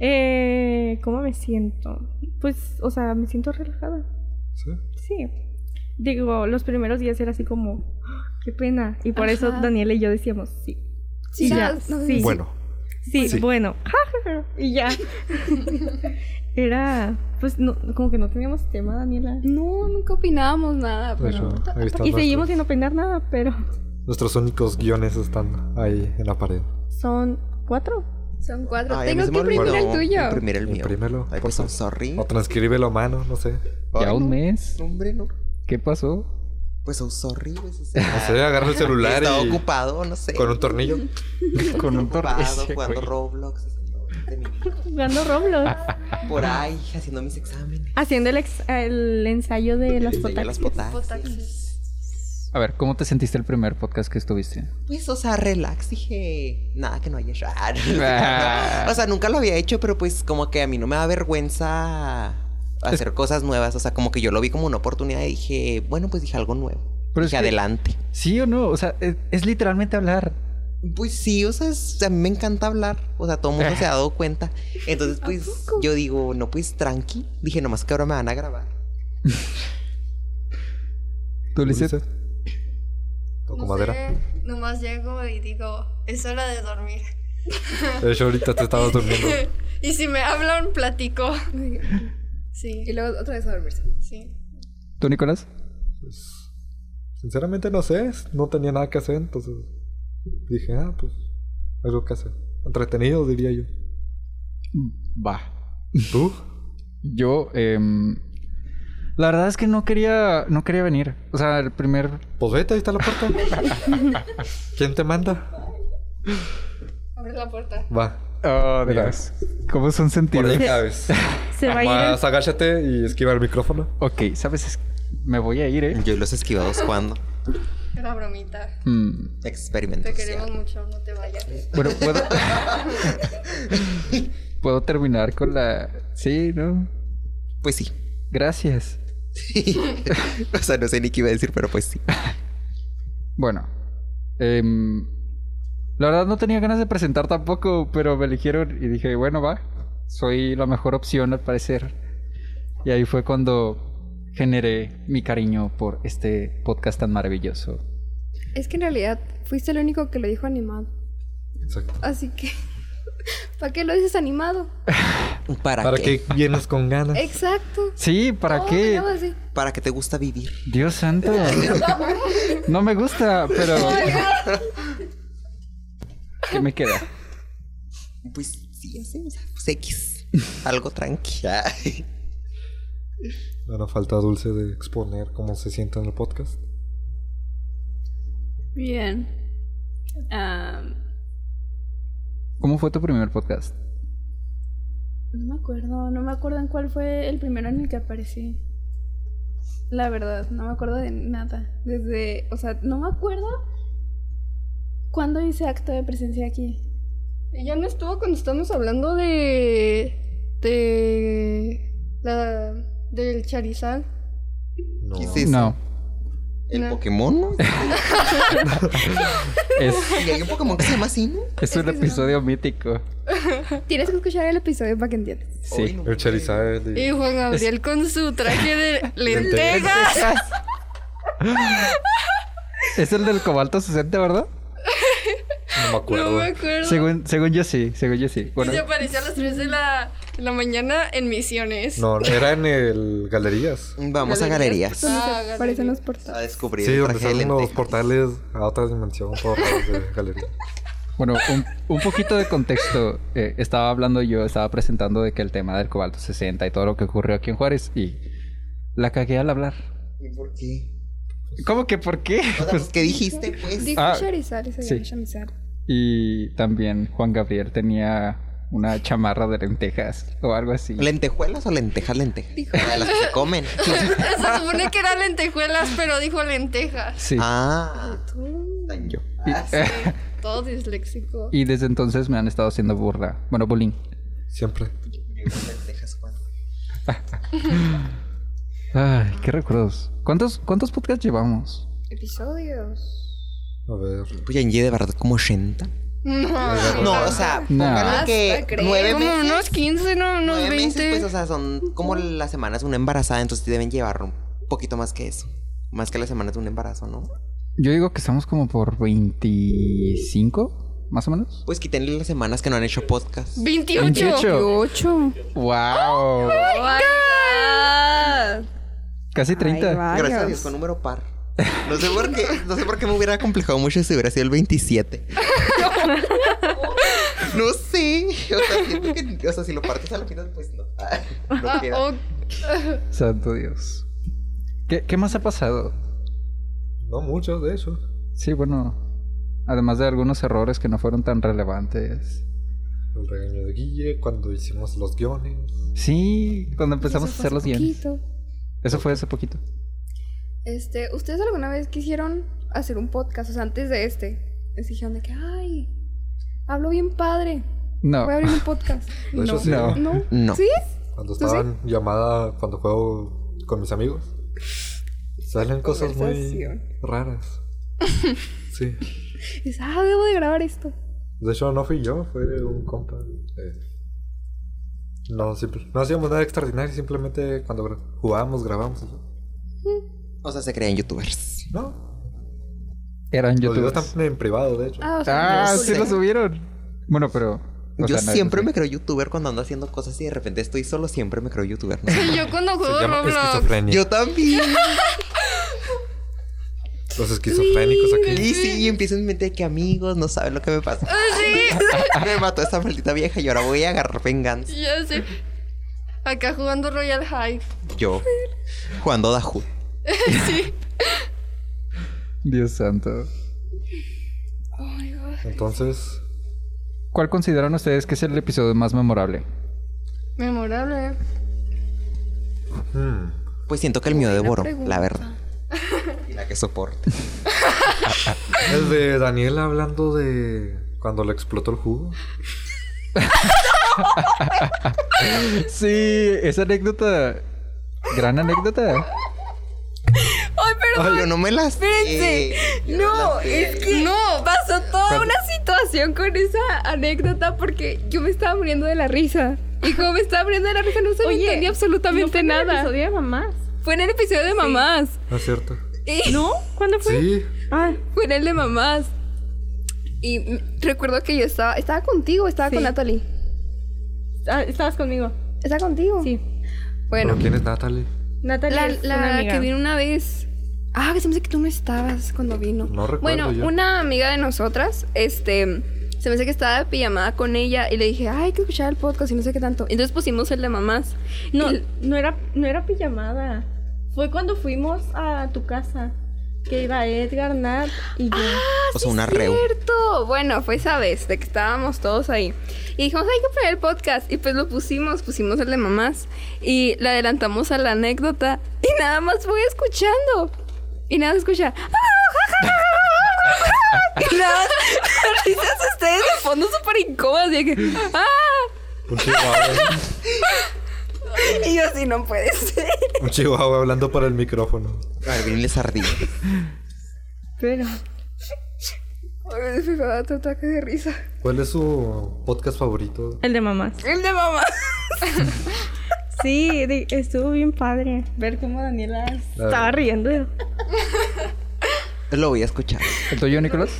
Speaker 5: Eh, ¿Cómo me siento? Pues, o sea, me siento relajada.
Speaker 6: ¿Sí?
Speaker 5: Sí. Digo, los primeros días era así como, "Ah, qué pena. Y por eso
Speaker 7: Ajá.
Speaker 5: Daniela y yo decíamos, sí.
Speaker 7: Sí,
Speaker 5: Y ya,
Speaker 7: ya, no,
Speaker 5: sí.
Speaker 6: Bueno,
Speaker 5: Sí,
Speaker 6: Sí.
Speaker 5: bueno. y ya. era, pues, no, como que no teníamos tema, Daniela.
Speaker 7: No, nunca opinábamos nada,
Speaker 6: de
Speaker 7: pero...
Speaker 6: hecho, ahí están
Speaker 5: Y seguimos sin
Speaker 6: nuestros,
Speaker 5: opinar nada, pero
Speaker 6: nuestros únicos guiones están ahí en la pared.
Speaker 5: son cuatro.
Speaker 7: Son cuatro.
Speaker 2: Ay, a mí
Speaker 7: Tengo
Speaker 2: se
Speaker 7: que
Speaker 2: me
Speaker 7: imprimir
Speaker 2: olvidó
Speaker 7: el tuyo.
Speaker 2: Imprimir el mío.
Speaker 6: Imprímelo,
Speaker 2: Ay,
Speaker 6: por
Speaker 2: pues, I'm
Speaker 6: favor.
Speaker 2: sorry.
Speaker 6: O transcribelo a mano, no sé.
Speaker 1: Ya
Speaker 2: Ay,
Speaker 1: un
Speaker 2: no, pues,
Speaker 1: mes.
Speaker 2: no, hombre, no.
Speaker 1: ¿Qué pasó?
Speaker 2: Pues I'm sorry, pues, o
Speaker 6: No
Speaker 2: sea,
Speaker 6: sé, agarra el celular
Speaker 2: Estaba
Speaker 6: y
Speaker 2: ocupado, no sé.
Speaker 6: con un tornillo.
Speaker 1: Con un
Speaker 2: ocupado,
Speaker 1: tornillo,
Speaker 2: jugando
Speaker 1: güey.
Speaker 2: Roblox, haciendo- de mi-
Speaker 5: Jugando Roblox.
Speaker 2: por ahí, haciendo mis exámenes.
Speaker 5: Haciendo el, ex- el ensayo de las
Speaker 2: Enseñé las
Speaker 5: potas.
Speaker 2: potaxis.
Speaker 1: A ver, ¿cómo te sentiste el primer podcast que estuviste?
Speaker 2: Pues, o sea, relax, dije, nada que no haya raro.
Speaker 1: Ah.
Speaker 2: o sea, nunca lo había hecho, pero pues como que a mí no me da vergüenza hacer cosas nuevas. O sea, como que yo lo vi como una oportunidad y dije, bueno, pues dije algo nuevo.
Speaker 1: Pero es
Speaker 2: dije,
Speaker 1: que-
Speaker 2: adelante.
Speaker 1: ¿Sí o no? O sea, es, es literalmente hablar.
Speaker 2: Pues sí, o sea, es- a mí me encanta hablar. O sea, todo el mundo se ha dado cuenta. Entonces, pues yo digo, no, pues tranqui. Dije, nomás que ahora me van a grabar.
Speaker 1: ¿Tú, Lizeth?
Speaker 6: Ulises. Toco madera.
Speaker 3: sé, nomás llego y digo, es hora de dormir.
Speaker 6: De hecho, ahorita te estabas durmiendo.
Speaker 3: y si me hablan, platico.
Speaker 7: Y
Speaker 3: Sí,
Speaker 7: luego otra vez a dormirse.
Speaker 3: sí.
Speaker 1: ¿Tú, Nicolás?
Speaker 6: Pues, sinceramente no sé, no tenía nada que hacer, entonces dije, ah, pues algo que hacer. Entretenido, diría yo.
Speaker 1: Va.
Speaker 6: ¿Tú?
Speaker 1: Yo, em, la verdad es que no quería, no quería venir. O sea, el primer...
Speaker 6: Pues vete, ahí está la puerta. ¿Quién te manda?
Speaker 3: Abre la puerta.
Speaker 6: Va.
Speaker 1: Oh,
Speaker 6: Mira.
Speaker 1: Dios. ¿Cómo son
Speaker 6: Por
Speaker 1: sentidos?
Speaker 6: ahí cabes.
Speaker 5: Se va a ir. el-
Speaker 6: Más agáchate y esquiva el micrófono.
Speaker 1: Ok, ¿sabes? Es- Me voy a ir, ¿eh?
Speaker 2: Yo y los esquivados cuando
Speaker 3: Era bromita.
Speaker 1: Mm,
Speaker 2: experimentos.
Speaker 3: Te queremos mucho, no te vayas.
Speaker 1: Bueno, puedo... puedo terminar con la... Sí, ¿no?
Speaker 2: Pues sí.
Speaker 1: Gracias.
Speaker 2: o sea, no sé ni qué iba a decir, pero pues sí.
Speaker 1: Bueno, em, la verdad no tenía ganas de presentar tampoco, pero me eligieron y dije, bueno, va, soy la mejor opción al parecer. Y ahí fue cuando generé mi cariño por este podcast tan maravilloso.
Speaker 7: Es que en realidad fuiste el único que lo dijo animado.
Speaker 6: Exacto.
Speaker 7: Así que... ¿Para qué lo dices animado?
Speaker 2: ¿Para,
Speaker 6: ¿Para
Speaker 2: qué?
Speaker 6: qué vienes con ganas?
Speaker 7: Exacto.
Speaker 1: Sí, ¿para
Speaker 7: Todos
Speaker 1: qué?
Speaker 7: veníamos así.
Speaker 2: ¿Para qué te gusta vivir?
Speaker 1: Dios santo. No me gusta, pero... ¿Qué me queda?
Speaker 2: Pues sí, hacemos pues, X. Algo tranqui. Ay.
Speaker 6: Bueno, falta dulce de exponer cómo se siente en el podcast.
Speaker 8: Bien. Am,
Speaker 1: ¿Cómo fue tu primer podcast?
Speaker 8: no me acuerdo, no me acuerdo en cuál fue el primero en el que aparecí. La verdad, no me acuerdo de nada. Desde, o sea, no me acuerdo cuándo hice acto de presencia aquí.
Speaker 3: Ella no estuvo cuando estábamos hablando de. de. la. del Charizard.
Speaker 6: No.
Speaker 2: ¿Qué es eso?
Speaker 1: No,
Speaker 2: ¿El
Speaker 3: No.
Speaker 2: Pokémon? no?
Speaker 1: es,
Speaker 2: ¿Y hay un Pokémon que se llama así, no?
Speaker 1: es un episodio mítico.
Speaker 7: Tienes que escuchar el episodio para que entiendas.
Speaker 1: Sí.
Speaker 2: Ay, no.
Speaker 6: El Charizard. y-
Speaker 3: Y Juan Gabriel con su traje de lentejas.
Speaker 1: Es el del cobalto 60, ¿verdad?
Speaker 6: No me
Speaker 3: No
Speaker 6: acuerdo.
Speaker 3: me acuerdo.
Speaker 1: Según, según yo sí, según yo sí. Bueno,
Speaker 3: Y se apareció a las 3 de la, de la mañana en Misiones.
Speaker 6: No, era en el Galerías.
Speaker 2: Vamos a galerías.
Speaker 7: Donde
Speaker 3: Ah,
Speaker 7: se parecen
Speaker 3: galería.
Speaker 7: los
Speaker 2: A
Speaker 7: portales.
Speaker 2: descubrir
Speaker 6: Sí,
Speaker 2: el
Speaker 6: donde
Speaker 2: traje de
Speaker 6: salen los
Speaker 2: lentejas.
Speaker 6: portales a otra dimensión, todos lados de galería.
Speaker 1: bueno un, un poquito de contexto. Eh, estaba hablando yo, estaba presentando de que el tema del cobalto 60 y todo lo que ocurrió aquí en Juárez y la cagué al hablar.
Speaker 2: ¿Y por qué?
Speaker 1: ¿Cómo que por qué?
Speaker 2: O sea, pues, ¿qué dijiste, pues?
Speaker 7: Dijo
Speaker 1: Ah,
Speaker 7: Charizard y se
Speaker 1: sí.
Speaker 7: llama Charizard.
Speaker 1: Y también Juan Gabriel tenía una chamarra de lentejas o algo así.
Speaker 2: ¿Lentejuelas o lentejas, lentejas? De las que se comen.
Speaker 3: Se supone que era lentejuelas, pero dijo lentejas.
Speaker 1: Sí.
Speaker 2: Ah. Tan yo.
Speaker 1: Y,
Speaker 2: Ah, sí.
Speaker 3: Todo disléxico.
Speaker 1: y desde entonces me han estado haciendo burla. Bueno, bullying.
Speaker 6: Siempre.
Speaker 2: Lentejas, Juan.
Speaker 1: Ay, qué recuerdos. ¿Cuántos, cuántos podcasts llevamos?
Speaker 7: Episodios.
Speaker 6: A ver.
Speaker 2: Pues ya llegué de verdad como 80.
Speaker 3: No,
Speaker 2: No, o sea,
Speaker 1: No.
Speaker 2: pónganle que
Speaker 7: Hasta creo.
Speaker 2: nueve
Speaker 3: como
Speaker 2: meses.
Speaker 3: unos 15, no, unos
Speaker 2: nueve
Speaker 3: 20.
Speaker 2: meses, pues, o sea, son como las semanas de una embarazada, entonces deben llevar un poquito más que eso. Más que las semanas de un embarazo, ¿no?
Speaker 1: Yo digo que estamos como por 25, más o menos.
Speaker 2: Pues quítenle las semanas que no han hecho podcast.
Speaker 3: 28.
Speaker 4: Ocho.
Speaker 1: ¡Wow!
Speaker 3: Oh my God.
Speaker 1: Casi
Speaker 4: Ay,
Speaker 1: 30.
Speaker 4: varios.
Speaker 2: Gracias a Dios, con número par. No sé por qué, no sé por qué me hubiera complejado mucho si hubiera sido el 27. no sé. O sea, siento que, o sea, si lo partes al final, pues no. No queda.
Speaker 7: oh.
Speaker 3: Ah,
Speaker 1: Santo Dios. ¿Qué, qué más ha pasado?
Speaker 6: No muchos, de hecho.
Speaker 1: Sí, bueno. Además de algunos errores que no fueron tan relevantes.
Speaker 6: El regaño de Guille, cuando hicimos los guiones.
Speaker 1: Sí, cuando empezamos Pues a hacer los guiones.
Speaker 4: Poquito.
Speaker 1: Eso fue hace poquito.
Speaker 7: Este, ¿ustedes alguna vez quisieron hacer un podcast? O sea, antes de este. Les dijeron de que, ay, hablo bien padre.
Speaker 1: No.
Speaker 7: Voy a abrir un podcast.
Speaker 6: De hecho, sí.
Speaker 1: No.
Speaker 7: ¿No?
Speaker 2: No.
Speaker 7: ¿Sí?
Speaker 6: Cuando
Speaker 7: sí?
Speaker 6: estaban llamada, cuando juego con mis amigos. Salen cosas muy
Speaker 7: Conversación.
Speaker 6: raras. Sí.
Speaker 7: Dices, ah, debo de grabar esto.
Speaker 6: De hecho, no fui yo, fue un compa. Eh, No, simple- no hacíamos nada extraordinario, simplemente cuando gra- jugábamos, grabábamos. y ya.
Speaker 2: O sea, se creen youtubers.
Speaker 6: No,
Speaker 1: Eran
Speaker 6: los videos
Speaker 1: youtubers.
Speaker 6: están en privado, de hecho.
Speaker 7: Ah, o sea,
Speaker 1: Ah,
Speaker 2: no
Speaker 1: sí
Speaker 2: sé.
Speaker 1: lo subieron. Bueno, pero. o
Speaker 2: Yo
Speaker 1: sea, no,
Speaker 2: siempre
Speaker 1: sí.
Speaker 2: me creo youtuber cuando ando haciendo cosas y de repente estoy solo, siempre me creo youtuber. no sé por
Speaker 3: Y
Speaker 2: qué.
Speaker 3: yo cuando
Speaker 6: Se
Speaker 3: juego
Speaker 6: llama
Speaker 3: Roblox.
Speaker 6: esquizofrenia.
Speaker 2: Yo también.
Speaker 6: Los esquizofrénicos aquí.
Speaker 2: Y sí, y empiezo en mi mente de que amigos no saben lo que me pasa. me mató esta maldita vieja y ahora voy a agarrar venganza.
Speaker 3: Ya sé. Acá jugando Royal High.
Speaker 2: Yo. Jugando Daju.
Speaker 1: Dios santo.
Speaker 6: Entonces,
Speaker 1: ¿Cuál consideran ustedes que es el episodio más memorable?
Speaker 3: Memorable.
Speaker 6: hmm,
Speaker 2: Pues siento que el mío devoró, la verdad. Y la que soporte.
Speaker 6: el de Daniel hablando de cuando le explotó el jugo.
Speaker 1: Sí, esa anécdota. Gran anécdota.
Speaker 2: Ay, yo no me las.
Speaker 7: Espérense. No, es que no. pasó toda una situación con esa anécdota porque yo me estaba muriendo de la risa. Y como me estaba muriendo de la risa, no se me
Speaker 5: Oye,
Speaker 7: entendía absolutamente nada.
Speaker 5: Episodio de mamás.
Speaker 7: Fue en el episodio de mamás.
Speaker 6: ¿No es cierto?
Speaker 7: Y-
Speaker 5: ¿No? ¿Cuándo fue?
Speaker 6: Sí.
Speaker 5: Ah,
Speaker 7: Fue en el de mamás. Y mm, recuerdo que yo estaba, estaba contigo, estaba
Speaker 5: Sí.
Speaker 7: con Natalie.
Speaker 5: ah, estabas conmigo.
Speaker 7: ¿Estaba contigo?
Speaker 5: Sí.
Speaker 7: Bueno,
Speaker 6: ¿Pero quién es Natalie?
Speaker 5: Natalia
Speaker 7: la,
Speaker 5: es
Speaker 7: la
Speaker 5: una amiga.
Speaker 7: que vino una vez. Ah, que se me hace que tú no estabas cuando vino.
Speaker 6: No recuerdo
Speaker 7: Bueno,
Speaker 6: yo.
Speaker 7: una amiga de nosotras, este, se me hace que estaba de pijamada con ella y le dije, ay, hay que escuchar el podcast y no sé qué tanto. Entonces pusimos el de mamás.
Speaker 5: No,
Speaker 7: Y-
Speaker 5: no era, no era pijamada. Fue cuando fuimos a tu casa. Que iba Edgar, Nat y yo.
Speaker 2: O sea, una reu.
Speaker 7: cierto. Bueno, fue esa vez de que estábamos todos ahí. Y dijimos, hay que poner el podcast. Y pues lo pusimos, pusimos el de mamás. Y le adelantamos a la anécdota. Y nada más voy escuchando. Y nada más escucha. y nada más, las risas de ustedes de fondo súper incómodas. Y, de que, "Ah".
Speaker 6: Un chihuahua.
Speaker 7: y yo así, no puede ser.
Speaker 6: un chihuahua hablando para el micrófono.
Speaker 2: Alvin les ardilla.
Speaker 5: Pero.
Speaker 7: Ay, me va a dar otro ataque de risa.
Speaker 6: ¿Cuál es su podcast favorito?
Speaker 5: El de mamás.
Speaker 7: El de mamás.
Speaker 5: Sí, de- estuvo bien padre. Ver cómo Daniela estaba riendo.
Speaker 2: Lo voy a escuchar.
Speaker 1: ¿El tuyo, Nicolás?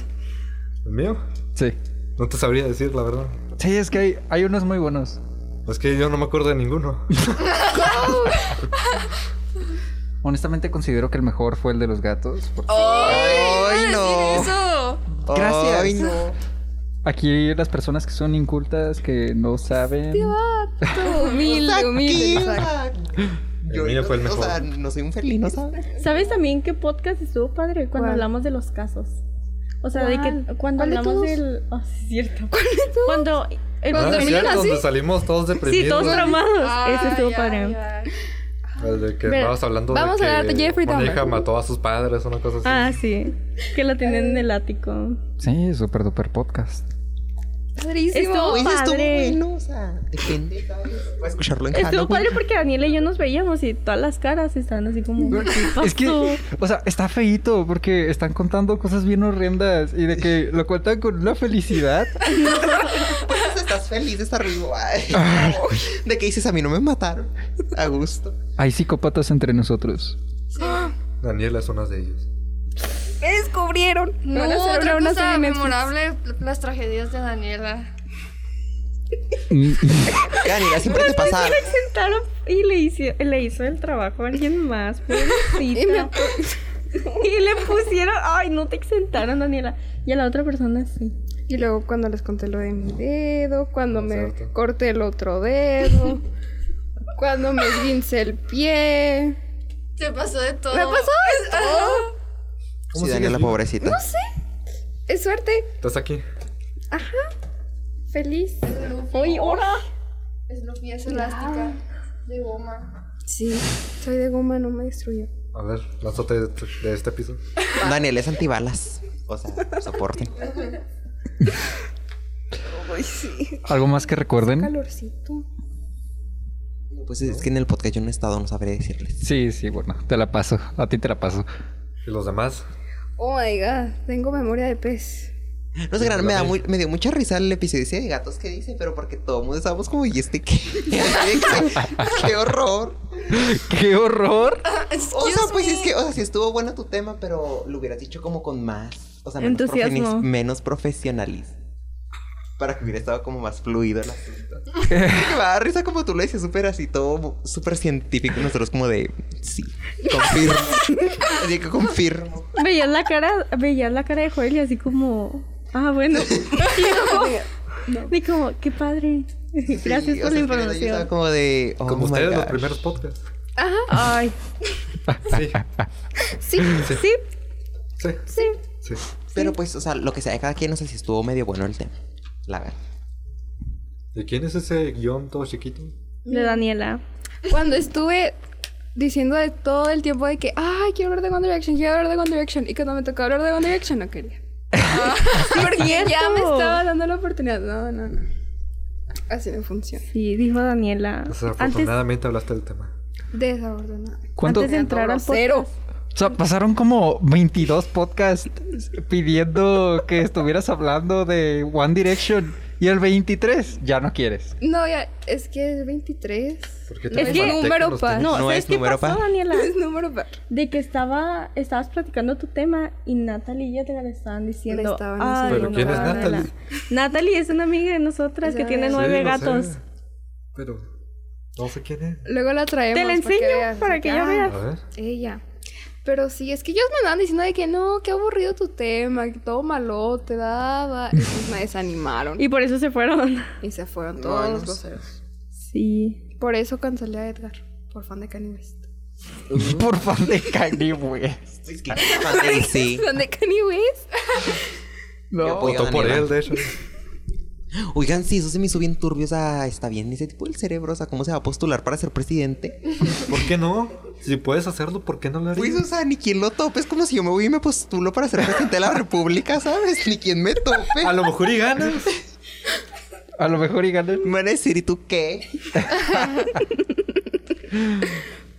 Speaker 6: ¿El mío?
Speaker 1: Sí.
Speaker 6: No te sabría decir, la verdad.
Speaker 1: Sí, es que hay, hay unos muy buenos.
Speaker 6: Es que yo no me acuerdo de ninguno.
Speaker 1: Honestamente considero que el mejor fue el de los gatos. porque
Speaker 2: Oh. Ay, no.
Speaker 3: Eso.
Speaker 1: Gracias.
Speaker 2: Ay, no.
Speaker 1: Aquí las personas que son incultas, que no saben.
Speaker 7: Humilde, humilde. exacto.
Speaker 2: Yo
Speaker 6: mío
Speaker 2: no-
Speaker 6: fue el mejor.
Speaker 2: O sea, no soy un felino, ¿sabes?
Speaker 5: ¿Sabes también qué podcast estuvo padre? Cuando
Speaker 7: ¿Cuál?
Speaker 5: hablamos de los casos. O sea, de que
Speaker 7: ¿Cuál?
Speaker 5: cuando
Speaker 7: ¿Cuál de
Speaker 5: hablamos
Speaker 7: todos?
Speaker 5: del. Ah, sí, es cierto. Cuando. El
Speaker 6: Ah, es
Speaker 5: terminan
Speaker 6: cierto,
Speaker 5: así.
Speaker 6: donde salimos todos deprimidos.
Speaker 5: Sí, todos traumados. Ese estuvo
Speaker 3: Ay,
Speaker 5: padre.
Speaker 3: ay, ay.
Speaker 6: El de que
Speaker 5: Pero-
Speaker 6: estabas hablando
Speaker 7: Vamos
Speaker 6: de
Speaker 7: a
Speaker 6: que
Speaker 7: hablar de Jeffrey
Speaker 6: una
Speaker 7: Dahmer.
Speaker 6: hija mató a sus padres, una cosa así.
Speaker 5: Ah, sí. Que la tenían en el ático.
Speaker 1: Sí, super duper podcast.
Speaker 7: Padrísimo.
Speaker 5: Estuvo
Speaker 2: Pues estuvo
Speaker 5: padre.
Speaker 2: bueno, o sea, depende, ¿sabes? Voy a escucharlo en
Speaker 5: Estuvo
Speaker 2: Halloween.
Speaker 5: padre porque Daniela y yo nos veíamos y todas las caras estaban así como. ¿qué
Speaker 1: Es que,
Speaker 5: pasó?
Speaker 1: o sea, está feíto porque están contando cosas bien horrendas y de que lo cuentan con una felicidad.
Speaker 2: Pues estás feliz, estás arriba. Ay, De que dices, a mí no me mataron. A gusto.
Speaker 1: Hay psicópatas entre nosotros.
Speaker 3: pues,
Speaker 6: Daniela es una de ellos.
Speaker 7: ¿Qué descubrieron?
Speaker 3: No,
Speaker 5: Van a hacer
Speaker 3: otra
Speaker 5: una serie
Speaker 3: cosa
Speaker 5: en Netflix.
Speaker 3: memorable, las tragedias de Daniela.
Speaker 1: Mm,
Speaker 2: Daniela, siempre te pasa algo.
Speaker 5: Pues Sentaron y le hizo, le hizo el trabajo a alguien más. pobrecita.
Speaker 7: Y me-
Speaker 5: y le pusieron. Ay, no te exentaron, Daniela. Y a la otra persona sí.
Speaker 4: Y luego cuando les conté lo de mi dedo, cuando
Speaker 6: No,
Speaker 4: me
Speaker 6: cierto.
Speaker 4: corté el otro dedo, cuando me esguince el pie.
Speaker 3: Se pasó de todo.
Speaker 4: Me pasó esto.
Speaker 6: ¿Cómo
Speaker 2: Sí,
Speaker 6: sigues
Speaker 2: Daniela,
Speaker 6: viva?
Speaker 2: pobrecita.
Speaker 4: Es suerte,
Speaker 6: Estás aquí.
Speaker 4: feliz.
Speaker 5: Oye, ahora.
Speaker 3: Es lo es elástica de goma.
Speaker 4: Ah. Sí, soy de goma, no me destruyó.
Speaker 6: A ver, lánzate de, este- de este piso.
Speaker 2: Daniela es antibalas. O sea, soporte.
Speaker 1: ¿Algo más que recuerden?
Speaker 4: Calorcito.
Speaker 2: Pues es que en el podcast yo no he estado, no sabré decirles.
Speaker 1: Sí, sí, bueno, te la paso. A ti te la paso.
Speaker 6: ¿Y los demás?
Speaker 4: Oh my god, tengo memoria de pez.
Speaker 2: No sé, me, da muy- me dio mucha risa el episodio ese de gatos que dice, pero porque todos estábamos como, ¿y este qué? ¡Qué horror!
Speaker 1: ¡Qué horror!
Speaker 2: O sea, pues es que, o sea, sí estuvo bueno tu tema, pero lo hubieras dicho como con más, o sea, menos,
Speaker 5: Entusiasmo.
Speaker 2: profesionis- menos profesionalismo. Para que hubiera estado como más fluido el asunto. que me da risa como tú lo dices, súper así, todo súper científico. y Nosotros como de, sí, confirmo. así que confirmo.
Speaker 5: Veías la cara, veías la cara de Joel y así como. Ah, bueno. Y como, y como, qué padre. Gracias
Speaker 2: Sí, o sea,
Speaker 5: por la
Speaker 2: es que neta, yo estaba
Speaker 5: información.
Speaker 2: como de, oh my
Speaker 6: Como ustedes, los
Speaker 2: gosh.
Speaker 6: primeros podcasts.
Speaker 5: Ay, sí,
Speaker 6: Sí,
Speaker 5: sí,
Speaker 6: sí,
Speaker 5: sí.
Speaker 6: sí.
Speaker 2: Pero pues, o sea, lo que sea de cada quien, no sé si estuvo medio bueno el tema. La verdad.
Speaker 6: ¿De quién es ese guión todo chiquito?
Speaker 5: De Daniela.
Speaker 4: Cuando estuve diciendo de todo el tiempo de que, ay, quiero hablar de One Direction, quiero hablar de One Direction, y cuando me tocó hablar de One Direction no quería.
Speaker 5: Porque
Speaker 4: Ya me estaba dando la oportunidad. No, no, no. Así no funciona.
Speaker 5: Sí, dijo Daniela. Antes,
Speaker 6: Desafortunadamente hablaste del tema.
Speaker 4: Desordenado.
Speaker 1: ¿Cuánto?
Speaker 5: antes de entrar al
Speaker 4: Grosero.
Speaker 5: podcast.
Speaker 1: O sea, pasaron como 22 podcasts pidiendo que estuvieras hablando de One Direction y el 23 ya no quieres.
Speaker 4: No, ya, es que es 23.
Speaker 6: ¿Por qué
Speaker 4: No es
Speaker 6: falté con
Speaker 4: número
Speaker 6: los
Speaker 4: par.
Speaker 6: temas?
Speaker 5: No,
Speaker 2: No
Speaker 5: ¿sabes
Speaker 2: es
Speaker 5: qué
Speaker 2: número
Speaker 5: pasó,
Speaker 2: par.
Speaker 5: Daniela?
Speaker 4: Es número par.
Speaker 5: De que estaba, estabas platicando tu tema y Natalie y yo te la estaban diciendo.
Speaker 4: Me estaban
Speaker 5: "Ay,
Speaker 6: haciendo Pero ¿quién es
Speaker 5: Daniela".
Speaker 6: Natalie?
Speaker 5: Natalie es una amiga de nosotras
Speaker 4: Es
Speaker 5: que
Speaker 4: una
Speaker 5: tiene
Speaker 4: amiga.
Speaker 5: nueve
Speaker 6: Sí, lo sé,
Speaker 5: gatos.
Speaker 6: pero no sé quién es.
Speaker 4: Luego la traemos.
Speaker 5: Te la enseño
Speaker 4: veas,
Speaker 5: para
Speaker 4: de
Speaker 5: que ya
Speaker 4: ah,
Speaker 5: veas.
Speaker 6: A ver.
Speaker 4: Ella. Pero sí, es que ellos me andaban diciendo de que no, qué aburrido tu tema, que todo malo te daba. Y pues me desanimaron.
Speaker 5: Y
Speaker 4: Y,
Speaker 5: por eso se fueron.
Speaker 4: se fueron
Speaker 2: No,
Speaker 4: todos
Speaker 2: no
Speaker 4: los
Speaker 2: sé.
Speaker 4: groseros.
Speaker 5: Sí.
Speaker 4: Por eso cancelé a Edgar, por fan de Kanye West.
Speaker 1: Por fan de Kanye West.
Speaker 2: Es que- Madre, sí.
Speaker 4: ¿Fan de Kanye West?
Speaker 2: Yo apoyo a
Speaker 6: Votó por
Speaker 2: Daniela.
Speaker 6: él, de hecho.
Speaker 2: Oigan, sí, eso se me hizo bien turbio. O sea, está bien ese tipo del cerebro. O sea, ¿cómo se va a postular para ser presidente?
Speaker 6: ¿Por qué no? Si puedes hacerlo, ¿por qué no lo
Speaker 2: Pues, o
Speaker 6: harías?
Speaker 2: sea, ni quien lo tope. Es como si yo me voy y me postulo para ser presidente de la república, ¿sabes? Ni quien me tope.
Speaker 6: A lo mejor y ganas.
Speaker 1: A lo mejor y ganan.
Speaker 2: Me van a decir, ¿y tú qué?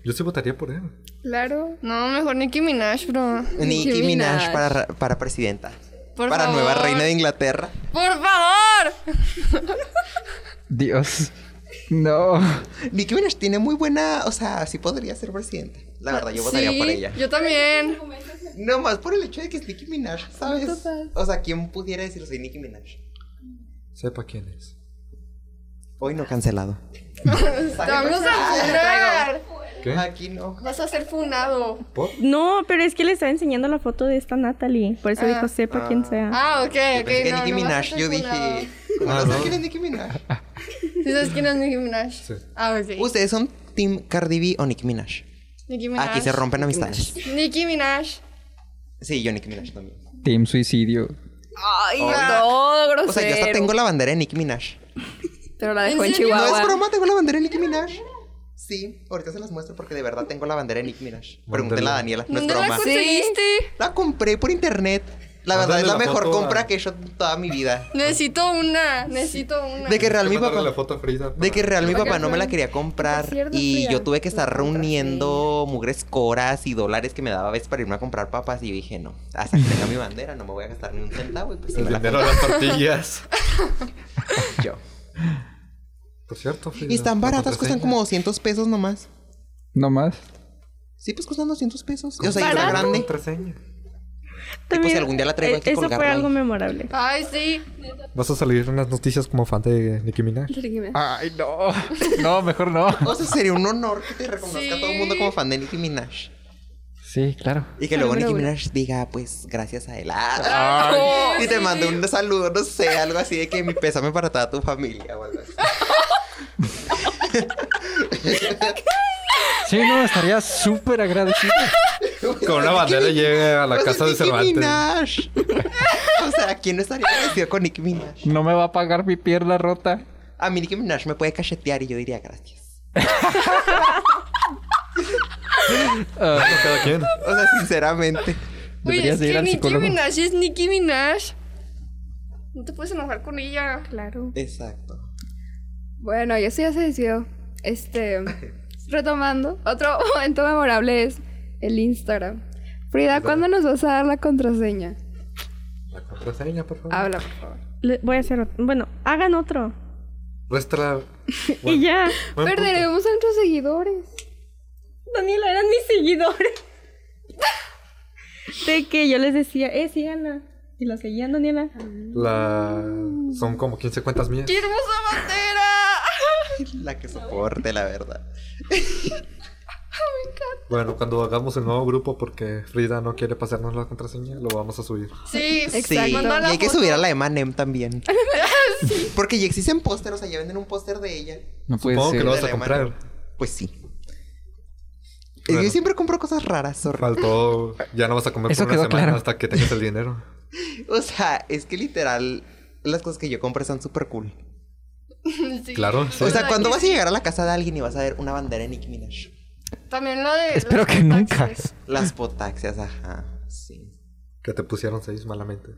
Speaker 6: Yo sí votaría por él.
Speaker 4: Claro.
Speaker 3: No, mejor Nicki Minaj, bro.
Speaker 2: Nicki
Speaker 4: Nicki
Speaker 2: Minaj
Speaker 4: Minaj.
Speaker 2: para, para presidenta.
Speaker 3: Por
Speaker 2: para nueva
Speaker 3: favor.
Speaker 2: reina de Inglaterra.
Speaker 3: ¡Por favor!
Speaker 1: Dios. No.
Speaker 2: Nicki Minaj tiene muy buena. O sea, sí podría ser presidenta. La verdad, yo votaría
Speaker 3: Sí,
Speaker 2: por ella.
Speaker 3: Yo también.
Speaker 2: No más por el hecho de que es Nicki Minaj, ¿sabes? O sea, ¿quién pudiera decir soy Nicki Minaj?
Speaker 6: Sepa quién es.
Speaker 2: Hoy no cancelado.
Speaker 3: Te vamos a funar.
Speaker 6: ¿Qué?
Speaker 2: Aquí no.
Speaker 3: Vas a ser funado.
Speaker 6: ¿Por?
Speaker 5: No, pero es que le estaba enseñando la foto de esta Natalie. Por eso
Speaker 3: Ah.
Speaker 5: dijo, sepa quién sea.
Speaker 3: Ah, ok,
Speaker 2: Yo
Speaker 3: ok.
Speaker 2: pensé que
Speaker 3: no,
Speaker 2: Nicki
Speaker 3: no vas a
Speaker 2: Minaj.
Speaker 3: ser
Speaker 2: Yo
Speaker 3: funado.
Speaker 2: dije, ¿cómo no
Speaker 6: Ah,
Speaker 2: sabes
Speaker 6: no.
Speaker 2: quién es Nicki Minaj?
Speaker 3: ¿Sí sabes quién es Nicki Minaj? Ah, ok.
Speaker 2: ¿Ustedes son Team Cardi B o Nicki Minaj?
Speaker 3: Nicki Minaj.
Speaker 2: Aquí se rompen amistades.
Speaker 3: Nicki Minaj.
Speaker 2: Sí, yo Nicki Minaj también.
Speaker 1: Team Suicidio.
Speaker 7: Ay, todo grosero.
Speaker 2: O sea, yo hasta tengo la bandera de Nicki Minaj.
Speaker 7: Pero la dejó
Speaker 3: ¿En
Speaker 7: en
Speaker 3: serio?
Speaker 2: No
Speaker 7: Chihuahua.
Speaker 2: es broma, tengo la bandera de Nicki Minaj. Sí, ahorita se las muestro porque de verdad tengo la bandera de Nicki Minaj. Pregúntenla a Daniela, no es
Speaker 3: ¿Dónde la
Speaker 2: broma.
Speaker 3: conseguiste?
Speaker 2: La compré por internet. La verdad es
Speaker 6: Mándale
Speaker 2: la,
Speaker 6: la
Speaker 2: mejor
Speaker 6: foto a-
Speaker 2: compra que he hecho en toda mi vida.
Speaker 3: Necesito una, necesito una.
Speaker 2: De que real mi
Speaker 6: Mándale la
Speaker 2: papá.
Speaker 6: foto a Frida para-
Speaker 2: De que real mi
Speaker 7: Para que
Speaker 2: papá no me la
Speaker 7: Fran-
Speaker 2: quería comprar
Speaker 7: Por cierto,
Speaker 2: y
Speaker 7: Frida,
Speaker 2: yo tuve que
Speaker 7: la
Speaker 2: estar
Speaker 7: contraseña.
Speaker 2: reuniendo mugres coras y dólares que me daba a veces para irme a comprar papas y yo dije, no, hasta que tenga mi bandera no me voy a gastar ni un centavo y pues sí
Speaker 6: El
Speaker 2: me la
Speaker 6: dinero de las tortillas.
Speaker 2: compré yo.
Speaker 6: Por cierto, Frida.
Speaker 2: Y están
Speaker 6: la
Speaker 2: baratas, costan
Speaker 6: contraseña.
Speaker 2: como 200 pesos nomás.
Speaker 1: No más.
Speaker 2: Sí, pues costan 200 pesos. O sea, y
Speaker 6: Barato.
Speaker 2: está grande.
Speaker 6: Contraseña.
Speaker 5: También, eh,
Speaker 2: si algún día la traigo, hay que
Speaker 5: Eso fue
Speaker 2: colgarla ahí.
Speaker 5: algo memorable.
Speaker 3: Ay, sí.
Speaker 6: Vas a salir en las noticias como fan de Nicki Minaj.
Speaker 2: Ah,
Speaker 1: Ay, no. No, mejor no.
Speaker 2: O sea, sería un honor que te reconozca a todo el mundo
Speaker 3: Sí.
Speaker 2: como fan de Nicki Minaj.
Speaker 1: Sí, claro.
Speaker 2: Y que luego
Speaker 7: Número
Speaker 2: Nicki
Speaker 7: uno.
Speaker 2: Minaj diga, pues, gracias a él. Ah, y te mande un saludo, no sé, algo así de que mi pésame para toda tu familia o algo así.
Speaker 1: Sí, no, estaría súper agradecido.
Speaker 6: Con una bandera llega a la
Speaker 2: O sea,
Speaker 6: casa de
Speaker 2: Nicki
Speaker 6: Cervantes.
Speaker 2: Minaj. o sea, ¿quién no estaría agradecido con Nicki Minaj?
Speaker 1: No me va a pagar mi pierna rota.
Speaker 2: A mí Nicki Minaj me puede cachetear y yo diría gracias.
Speaker 1: Ah,
Speaker 6: Cada quien.
Speaker 2: O sea, sinceramente.
Speaker 3: Oye,
Speaker 1: deberías
Speaker 3: es
Speaker 1: de ir
Speaker 3: que
Speaker 1: al
Speaker 3: Nicki
Speaker 1: psicólogo.
Speaker 3: Minaj es Nicki Minaj. No te puedes enojar con ella.
Speaker 7: Claro.
Speaker 2: Exacto.
Speaker 7: Bueno, y eso ya se decidió. Este, retomando, otro momento memorable es el Instagram. Frida, ¿cuándo nos vas a dar la contraseña?
Speaker 6: La contraseña, por favor.
Speaker 7: Habla, por favor.
Speaker 5: Le- voy a hacer otro. Bueno, hagan otro.
Speaker 6: Nuestra.
Speaker 5: Y ya.
Speaker 6: Buen punto.
Speaker 7: Perderemos a nuestros seguidores.
Speaker 5: Daniela, eran mis seguidores. De que yo les decía, eh, síganla. Y lo seguían, Daniela.
Speaker 6: La... Son como 15 cuentas mías.
Speaker 3: ¡Qué hermosa bandera!
Speaker 2: La que soporte, la verdad.
Speaker 6: Bueno, cuando hagamos el nuevo grupo, porque Frida no quiere pasarnos la contraseña, lo vamos a subir.
Speaker 3: Sí,
Speaker 2: Sí. Y
Speaker 3: Manda la
Speaker 2: hay que
Speaker 3: foto.
Speaker 2: subir a la de Manem también. Porque ya existen pósteres, o sea, ya venden un póster de ella.
Speaker 1: No puede
Speaker 6: Supongo que
Speaker 1: ser.
Speaker 6: lo vas
Speaker 2: De
Speaker 6: a
Speaker 2: la
Speaker 6: comprar.
Speaker 2: Pues sí.
Speaker 6: Bueno.
Speaker 2: Yo siempre compro cosas raras, sorry.
Speaker 6: Faltó. Ya no vas a comer
Speaker 1: Eso
Speaker 6: por una
Speaker 1: quedó
Speaker 6: semana
Speaker 1: claro.
Speaker 6: hasta que tengas el dinero.
Speaker 2: O sea, es que literal, las cosas que yo compro están súper cool.
Speaker 3: Sí.
Speaker 6: Claro, sí.
Speaker 2: O sea, ¿cuándo vas a llegar a la casa de alguien y vas a ver una bandera de Nicki Minaj?
Speaker 3: También la de.
Speaker 1: Espero
Speaker 3: los
Speaker 1: que nunca.
Speaker 3: taxis.
Speaker 2: Las potaxias, ajá, sí.
Speaker 6: Que te pusieron seis malamente.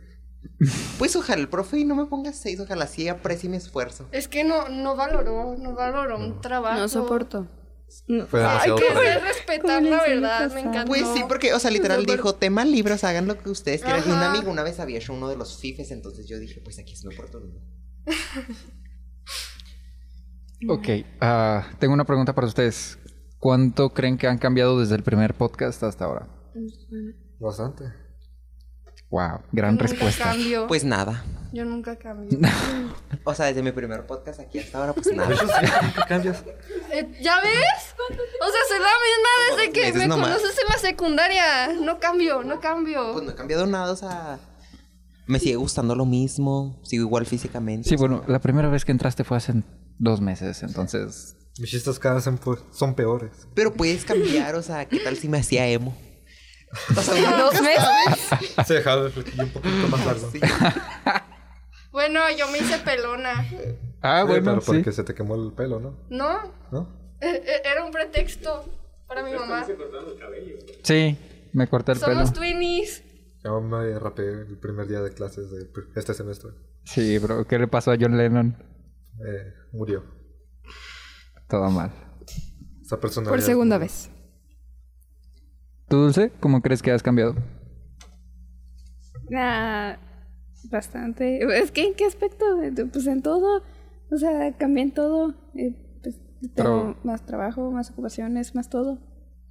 Speaker 2: Pues ojalá el profe no me ponga seis, ojalá sí aprecie mi esfuerzo.
Speaker 3: Es que no, no valoró, no valoró un trabajo.
Speaker 7: No soporto.
Speaker 6: Fue
Speaker 3: Hay
Speaker 6: demasiado
Speaker 3: que
Speaker 6: para
Speaker 3: saber
Speaker 6: ella.
Speaker 3: respetar
Speaker 5: Como
Speaker 3: la
Speaker 5: les
Speaker 3: verdad,
Speaker 5: suele
Speaker 3: me
Speaker 5: pasar.
Speaker 3: encanta.
Speaker 2: Pues sí, porque, o sea, literal
Speaker 3: Súper.
Speaker 2: dijo, tema libros, hagan lo que ustedes quieran. Y un
Speaker 3: Ajá.
Speaker 2: amigo una vez había hecho uno de los fifes, entonces yo dije, pues aquí es una oportunidad.
Speaker 1: Ok, ah, tengo una pregunta para ustedes. ¿Cuánto creen que han cambiado desde el primer podcast hasta ahora?
Speaker 6: Bastante.
Speaker 1: Wow,
Speaker 3: Yo
Speaker 1: gran
Speaker 3: nunca
Speaker 1: respuesta.
Speaker 3: cambio.
Speaker 2: Pues nada.
Speaker 3: Yo nunca cambio.
Speaker 2: O sea, desde mi primer podcast aquí hasta ahora, pues
Speaker 6: De
Speaker 2: nada.
Speaker 6: hecho, sí, nunca cambias.
Speaker 3: Eh, ¿Ya ves? O sea, soy la misma desde que
Speaker 2: meses
Speaker 3: me
Speaker 2: nomás.
Speaker 3: conoces en la secundaria. No cambio, no
Speaker 2: Pues
Speaker 3: cambio.
Speaker 2: no he cambiado nada, o sea... Me sigue gustando lo mismo, sigo igual físicamente.
Speaker 1: Sí, bueno, la primera vez que entraste fue hace dos meses, entonces...
Speaker 6: Mis chistes cada vez son pe- son peores.
Speaker 2: Pero puedes cambiar, o sea, ¿qué tal si me hacía emo? O sea, uno
Speaker 7: ¿Dos
Speaker 2: nunca
Speaker 7: meses?
Speaker 1: Ah.
Speaker 6: Se dejaba el flequillo un poquito más largo.
Speaker 2: Sí.
Speaker 3: Bueno, yo me hice pelona.
Speaker 1: Ah,
Speaker 6: Sí,
Speaker 1: bueno,
Speaker 6: pero
Speaker 1: sí.
Speaker 6: porque se te quemó el pelo, ¿no?
Speaker 3: ¿No?
Speaker 6: ¿No?
Speaker 3: Eh, eh, Era un pretexto para mi mamá.
Speaker 1: Sí, me corté el pelo.
Speaker 3: Somos twinnies.
Speaker 6: Yo me rapé el primer día de clases de pr- este semestre.
Speaker 1: Sí, bro, ¿qué le pasó a John Lennon?
Speaker 6: Eh, murió.
Speaker 1: Todo mal.
Speaker 6: Esa persona.
Speaker 7: Por segunda vez.
Speaker 1: ¿Tú, Dulce? ¿Cómo crees que has cambiado?
Speaker 9: Ah, bastante. Es que en qué aspecto? Pues en todo. O sea, cambié en todo. eh, pues, tengo
Speaker 1: Pero-
Speaker 9: más trabajo, más ocupaciones, más todo.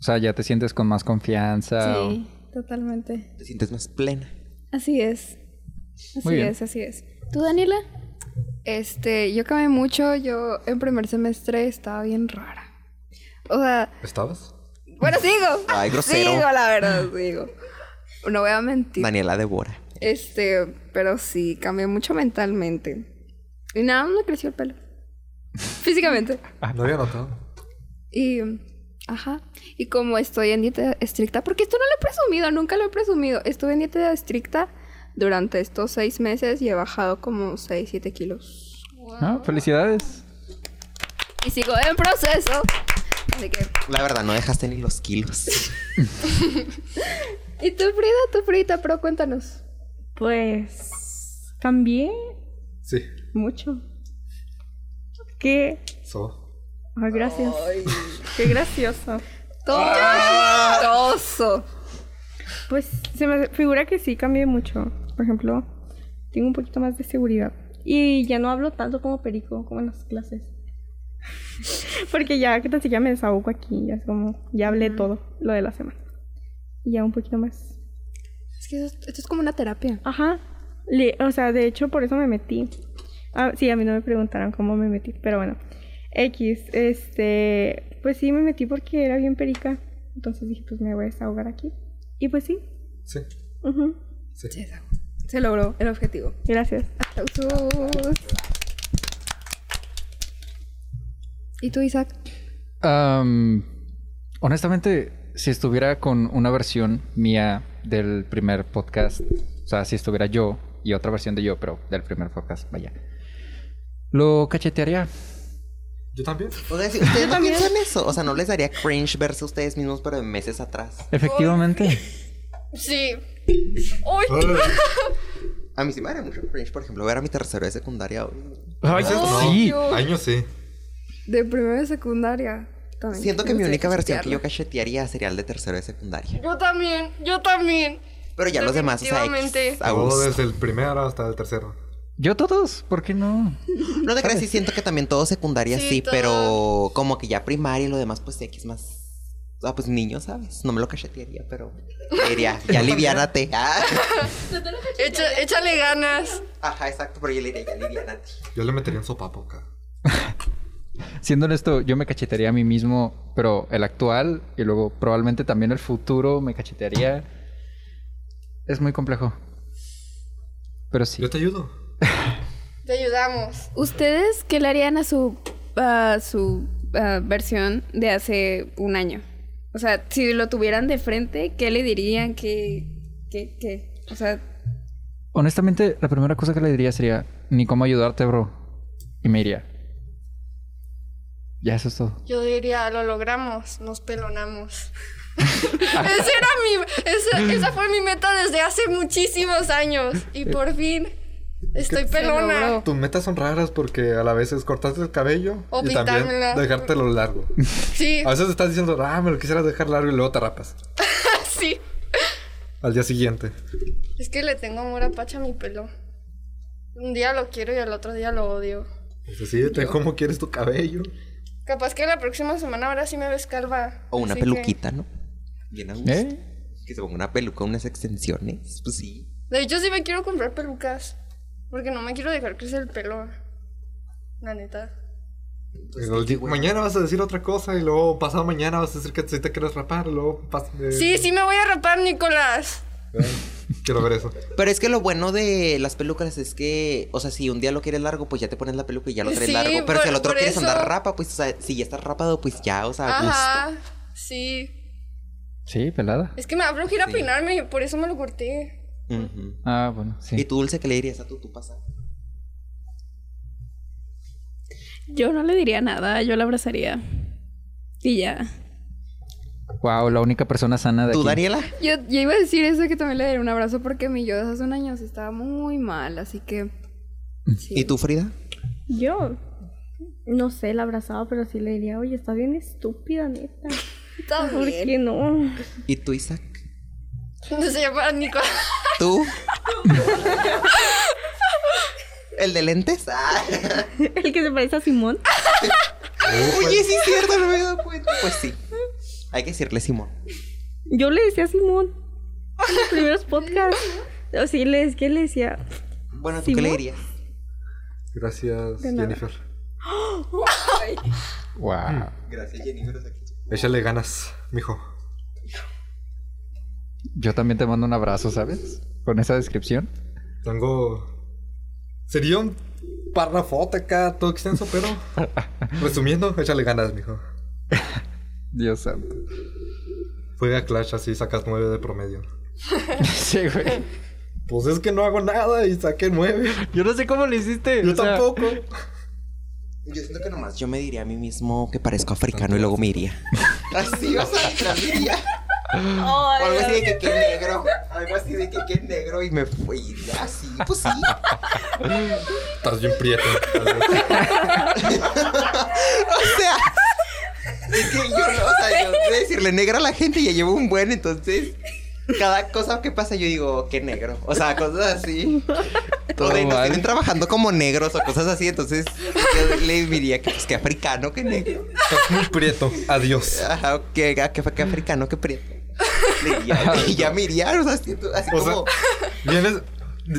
Speaker 1: O sea, ¿ya te sientes con más confianza? o-
Speaker 9: Sí, totalmente.
Speaker 2: Te sientes más plena.
Speaker 9: Así es. Así
Speaker 1: Muy bien.
Speaker 9: es, así es. ¿Tú, Daniela?
Speaker 7: Este, yo cambié mucho. Yo en primer semestre estaba bien rara. O sea,
Speaker 6: ¿Estabas?
Speaker 7: bueno, sigo.
Speaker 2: Ay, grosero.
Speaker 7: Sigo, la verdad, sigo. No voy a mentir.
Speaker 2: Daniela devora.
Speaker 7: Este, pero sí, cambié mucho mentalmente. Y nada, me creció el pelo. Físicamente.
Speaker 6: Ah, No había notado.
Speaker 7: Y, ajá. Y como estoy en dieta estricta, porque esto no lo he presumido, nunca lo he presumido. Estuve en dieta estricta durante estos seis meses y he bajado como 6, 7 kilos.
Speaker 1: Ah, felicidades.
Speaker 7: Y sigo en proceso. Así que-
Speaker 2: La verdad, no dejaste ni los kilos.
Speaker 7: ¿Y tú, Frida? ¿Tú, Frida? Pero cuéntanos.
Speaker 5: Pues cambié
Speaker 6: Sí,
Speaker 5: mucho. Qué...
Speaker 6: so.
Speaker 5: Ay, gracias. Qué gracioso.
Speaker 2: Ah.
Speaker 7: Toso.
Speaker 5: Pues se me figura que sí cambié mucho. Por ejemplo, tengo un poquito más de seguridad. Y ya no hablo tanto como perico, como en las clases. Porque ya que tal si ya me desahogo aquí, ya es como, ya hablé todo lo de la semana. Y ya un poquito más.
Speaker 4: Es que eso- esto es como una terapia.
Speaker 5: Ajá. Le- o sea, de hecho, por eso me metí. Ah, sí, a mí no me preguntaron cómo me metí, pero bueno. X, este, pues sí, me metí porque era bien perica. Entonces dije, pues me voy a desahogar aquí. Y pues sí.
Speaker 6: Sí,
Speaker 5: ujú,
Speaker 6: sí.
Speaker 4: Se logró el objetivo.
Speaker 5: Gracias.
Speaker 4: Aplausos. ¿Y tú, Isaac?
Speaker 1: Am, honestamente, si estuviera con una versión mía del primer podcast, o sea, si estuviera yo y otra versión de yo, pero del primer podcast, vaya, lo cachetearía.
Speaker 6: Yo también.
Speaker 2: O sea, si ustedes no piensan eso. O sea, no les daría cringe verse ustedes mismos, pero de meses atrás.
Speaker 1: Efectivamente.
Speaker 3: Sí.
Speaker 2: A mí sí me daría mucho cringe, por ejemplo, ver a mi tercero de secundaria.
Speaker 1: Ay,
Speaker 6: No,
Speaker 1: sí.
Speaker 6: Años sí.
Speaker 4: De primero de secundaria. También.
Speaker 2: Siento que
Speaker 4: No
Speaker 2: mi
Speaker 4: sé
Speaker 2: única versión que
Speaker 4: cachetearla.
Speaker 2: yo cachetearía sería el de tercero de secundaria.
Speaker 3: Yo también, yo también.
Speaker 2: Pero ya los demás, o sea,
Speaker 3: Definitivamente.
Speaker 2: X, a
Speaker 6: Todo
Speaker 2: gusto.
Speaker 6: desde el primero hasta el tercero.
Speaker 1: Yo todos, ¿por qué no?
Speaker 2: No te creas, sí siento que también todo secundaria
Speaker 3: Sí,
Speaker 2: sí,
Speaker 3: todo.
Speaker 2: pero como que ya primaria y lo demás, pues X más. Ah, pues niño, ¿sabes? No me lo cachetearía, pero diría, ya aliviánate. Ah.
Speaker 3: Echa- échale ganas.
Speaker 2: Ajá, exacto, pero yo le diría, ya aliviánate.
Speaker 6: Yo le metería un sopapo acá.
Speaker 1: Siendo honesto, yo me cachetearía a mí mismo, pero el actual y luego probablemente también el futuro me cachetearía. Es muy complejo. Pero sí.
Speaker 6: Yo te ayudo.
Speaker 3: Te ayudamos.
Speaker 7: ¿Ustedes qué le harían a su, a su ah, versión de hace un año? O sea, si lo tuvieran de frente, ¿qué le dirían? ¿Qué? ¿Qué? ¿Qué? O sea,
Speaker 1: Honestamente, la primera cosa que le diría sería, ni cómo ayudarte, bro. Y me iría. Ya, eso es todo.
Speaker 3: Yo diría, lo logramos, nos pelonamos. esa, era mi, esa, esa fue mi meta desde hace muchísimos años. Y por fin estoy pelona.
Speaker 6: Tus metas son raras porque a la vez es cortarte el cabello
Speaker 3: O
Speaker 6: y también
Speaker 3: pintármela.
Speaker 6: dejártelo largo.
Speaker 3: Sí,
Speaker 6: A veces estás diciendo, ah, me lo quisieras dejar largo y luego te rapas.
Speaker 3: sí.
Speaker 6: Al día siguiente.
Speaker 3: Es que le tengo amor a Pacha a mi pelo. Un día lo quiero y al otro día lo odio.
Speaker 6: Decídete Pues cómo quieres tu cabello.
Speaker 3: Capaz que la próxima semana ahora sí me ves calva.
Speaker 2: O una
Speaker 3: así que-
Speaker 2: peluquita, ¿no? Bien a gusto.
Speaker 1: ¿Eh?
Speaker 2: Que se ponga una peluca, unas extensiones. Pues sí.
Speaker 3: De hecho, sí me quiero comprar pelucas. Porque no me quiero dejar crecer el pelo. La neta.
Speaker 6: Pero el día- mañana vas a decir otra cosa y luego pasado mañana vas a decir que sí te quieres rapar. Luego pas- eh,
Speaker 3: Sí, sí me voy a rapar, Nicolás.
Speaker 6: Quiero ver eso.
Speaker 2: Pero es que lo bueno de las pelucas es que, o sea, si un día lo quieres largo, pues ya te pones la peluca y ya lo traes
Speaker 3: Sí,
Speaker 2: largo. Pero si
Speaker 3: por-
Speaker 2: al otro
Speaker 3: por
Speaker 2: quieres
Speaker 3: eso.
Speaker 2: andar rapa, pues, o sea, si ya estás rapado, pues ya, o sea, a gusto.
Speaker 3: Ajá. Sí.
Speaker 1: Sí, pelada.
Speaker 3: Es que me da flojera
Speaker 2: Sí.
Speaker 3: peinarme, por eso me lo corté.
Speaker 2: Ujú.
Speaker 1: Ah, bueno,
Speaker 2: ¿Y
Speaker 1: sí.
Speaker 2: tú, Dulce, qué le dirías a tu tú pasa?
Speaker 8: Yo no le diría nada, yo la abrazaría. Y ya.
Speaker 1: Wow, la única persona sana de
Speaker 2: ¿Tú,
Speaker 1: aquí.
Speaker 2: Daniela?
Speaker 4: Yo, yo iba a decir eso que también le daría un abrazo porque mi yo de hace un año sí estaba muy mal, así que. Sí.
Speaker 2: ¿Y tú, Frida?
Speaker 5: Yo no sé, la abrazaba, pero sí le diría, oye, estás bien estúpida, neta. ¿Por qué no?
Speaker 2: ¿Y tú, Isaac?
Speaker 3: No se llama Nicolás.
Speaker 2: ¿Tú? ¿El de lentes? Ah.
Speaker 5: El que se parece a Simón.
Speaker 2: Oye, sí es cierto, no me he dado cuenta. Pues sí. Hay que decirle Simón.
Speaker 5: Yo le decía a Simón en los primeros podcasts. O sí, le, es que le decía,
Speaker 2: Bueno, ¿tú qué
Speaker 5: ¿Simón?
Speaker 2: le dirías?
Speaker 6: Gracias,
Speaker 5: De nada.
Speaker 6: Jennifer.
Speaker 1: Wow.
Speaker 2: Gracias, Jennifer.
Speaker 6: Échale ganas, mijo.
Speaker 1: Yo también te mando un abrazo, ¿sabes? Con esa descripción.
Speaker 6: Tengo. Sería un párrafote acá, todo extenso, pero. Resumiendo, échale ganas, mijo.
Speaker 1: Dios santo.
Speaker 6: Juega Clash así, sacas 9 de promedio.
Speaker 1: Sí, güey.
Speaker 6: Pues es que no hago nada y saqué 9.
Speaker 1: Yo no sé cómo lo hiciste.
Speaker 6: Yo
Speaker 1: o sea,
Speaker 6: tampoco.
Speaker 2: Yo siento que nomás yo me diría a mí mismo que parezco africano y luego me iría. Así, o sea, me iría. O algo así de que qué negro. A algo así de que qué negro y me fui. y Así, pues sí.
Speaker 10: Estás bien prieto.
Speaker 2: O sea, es que yo no, o sea, yo de decirle negra a la gente ya llevo un buen, entonces cada cosa que pasa yo digo, qué negro. O sea, cosas así. O de nos tienen trabajando como negros o cosas así, entonces yo le diría que, pues, que africano, que negro.
Speaker 10: Estás muy prieto. Adiós.
Speaker 2: Ajá, que, que, que africano, que prieto. Le diría, y ya me iría, o sea, así, así
Speaker 6: O sea,
Speaker 2: como...
Speaker 6: vienes,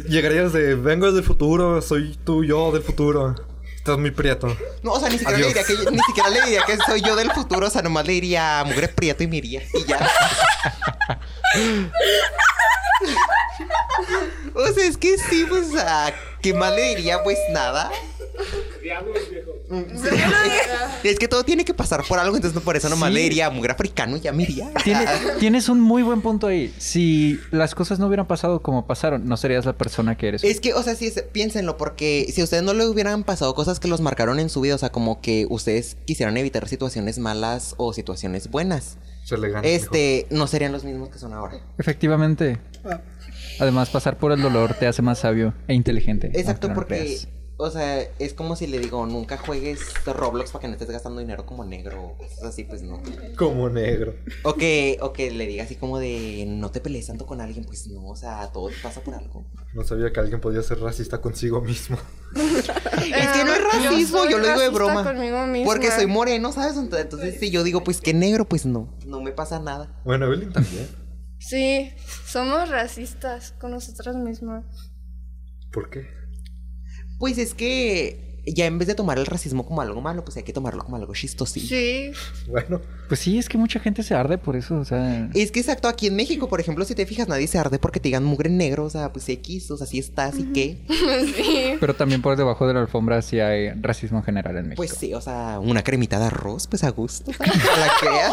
Speaker 6: llegarías de, vengo desde el futuro, soy tú, yo del futuro. Estás muy prieto.
Speaker 2: No, o sea, ni siquiera, le diría
Speaker 10: Adiós.
Speaker 2: que, ni siquiera le diría que soy yo del futuro. O sea, nomás le diría mugre prieto y miría. Y ya. o sea, es que sí, pues, ah, ¿qué más le diría? Pues nada. Mm, sí. es que todo tiene que pasar por algo, entonces no, por eso nomás
Speaker 1: Sí.
Speaker 2: le diría mugre africano y ya miría.
Speaker 1: Tienes, tienes un muy buen punto ahí. Si las cosas no hubieran pasado como pasaron, no serías la persona que eres.
Speaker 2: Es que, o sea, sí, es- piénsenlo, porque si a ustedes no le hubieran pasado cosas que los marcaron en su vida, o sea, como que ustedes quisieran evitar situaciones malas o situaciones buenas.
Speaker 6: Se le gana.
Speaker 2: Este, no serían los mismos que son ahora.
Speaker 1: Ah, Efectivamente. Además, pasar por el dolor te hace más sabio e inteligente. Aunque
Speaker 2: Exacto,
Speaker 1: no lo
Speaker 2: porque,
Speaker 1: creas.
Speaker 2: o sea, es como si le digo, nunca juegues Roblox para que no estés gastando dinero como negro o cosas así, pues no.
Speaker 6: hijo. Como negro.
Speaker 2: O que, o que le diga así como de, no te pelees tanto con alguien, pues no, o sea, todo te pasa por algo.
Speaker 6: No sabía que alguien podía ser racista consigo mismo.
Speaker 2: es que no es racismo, yo,
Speaker 3: Ah, soy
Speaker 2: lo digo de
Speaker 3: racista
Speaker 2: broma.
Speaker 3: conmigo misma.
Speaker 2: Porque soy moreno, ¿sabes? Ent- Entonces, si yo digo, pues que negro, pues no, no me pasa nada.
Speaker 6: Bueno, Evelyn también.
Speaker 3: Sí, somos racistas con nosotras mismas.
Speaker 6: ¿Por qué?
Speaker 2: Pues es que ya en vez de tomar el racismo como algo malo, pues hay que tomarlo como algo chistosito.
Speaker 3: Sí.
Speaker 6: Bueno,
Speaker 1: Pues sí, es que mucha gente se arde por eso. O sea.
Speaker 2: Es que exacto, aquí en México, por ejemplo, si te fijas, nadie se arde porque te digan mugre negro, o sea, pues X, o sea, así estás y qué.
Speaker 3: sí.
Speaker 1: Pero también por debajo de la alfombra sí hay racismo en general en México.
Speaker 2: Pues sí, o sea, una cremita de arroz, pues a gusto, ¿sabes? Te la creas.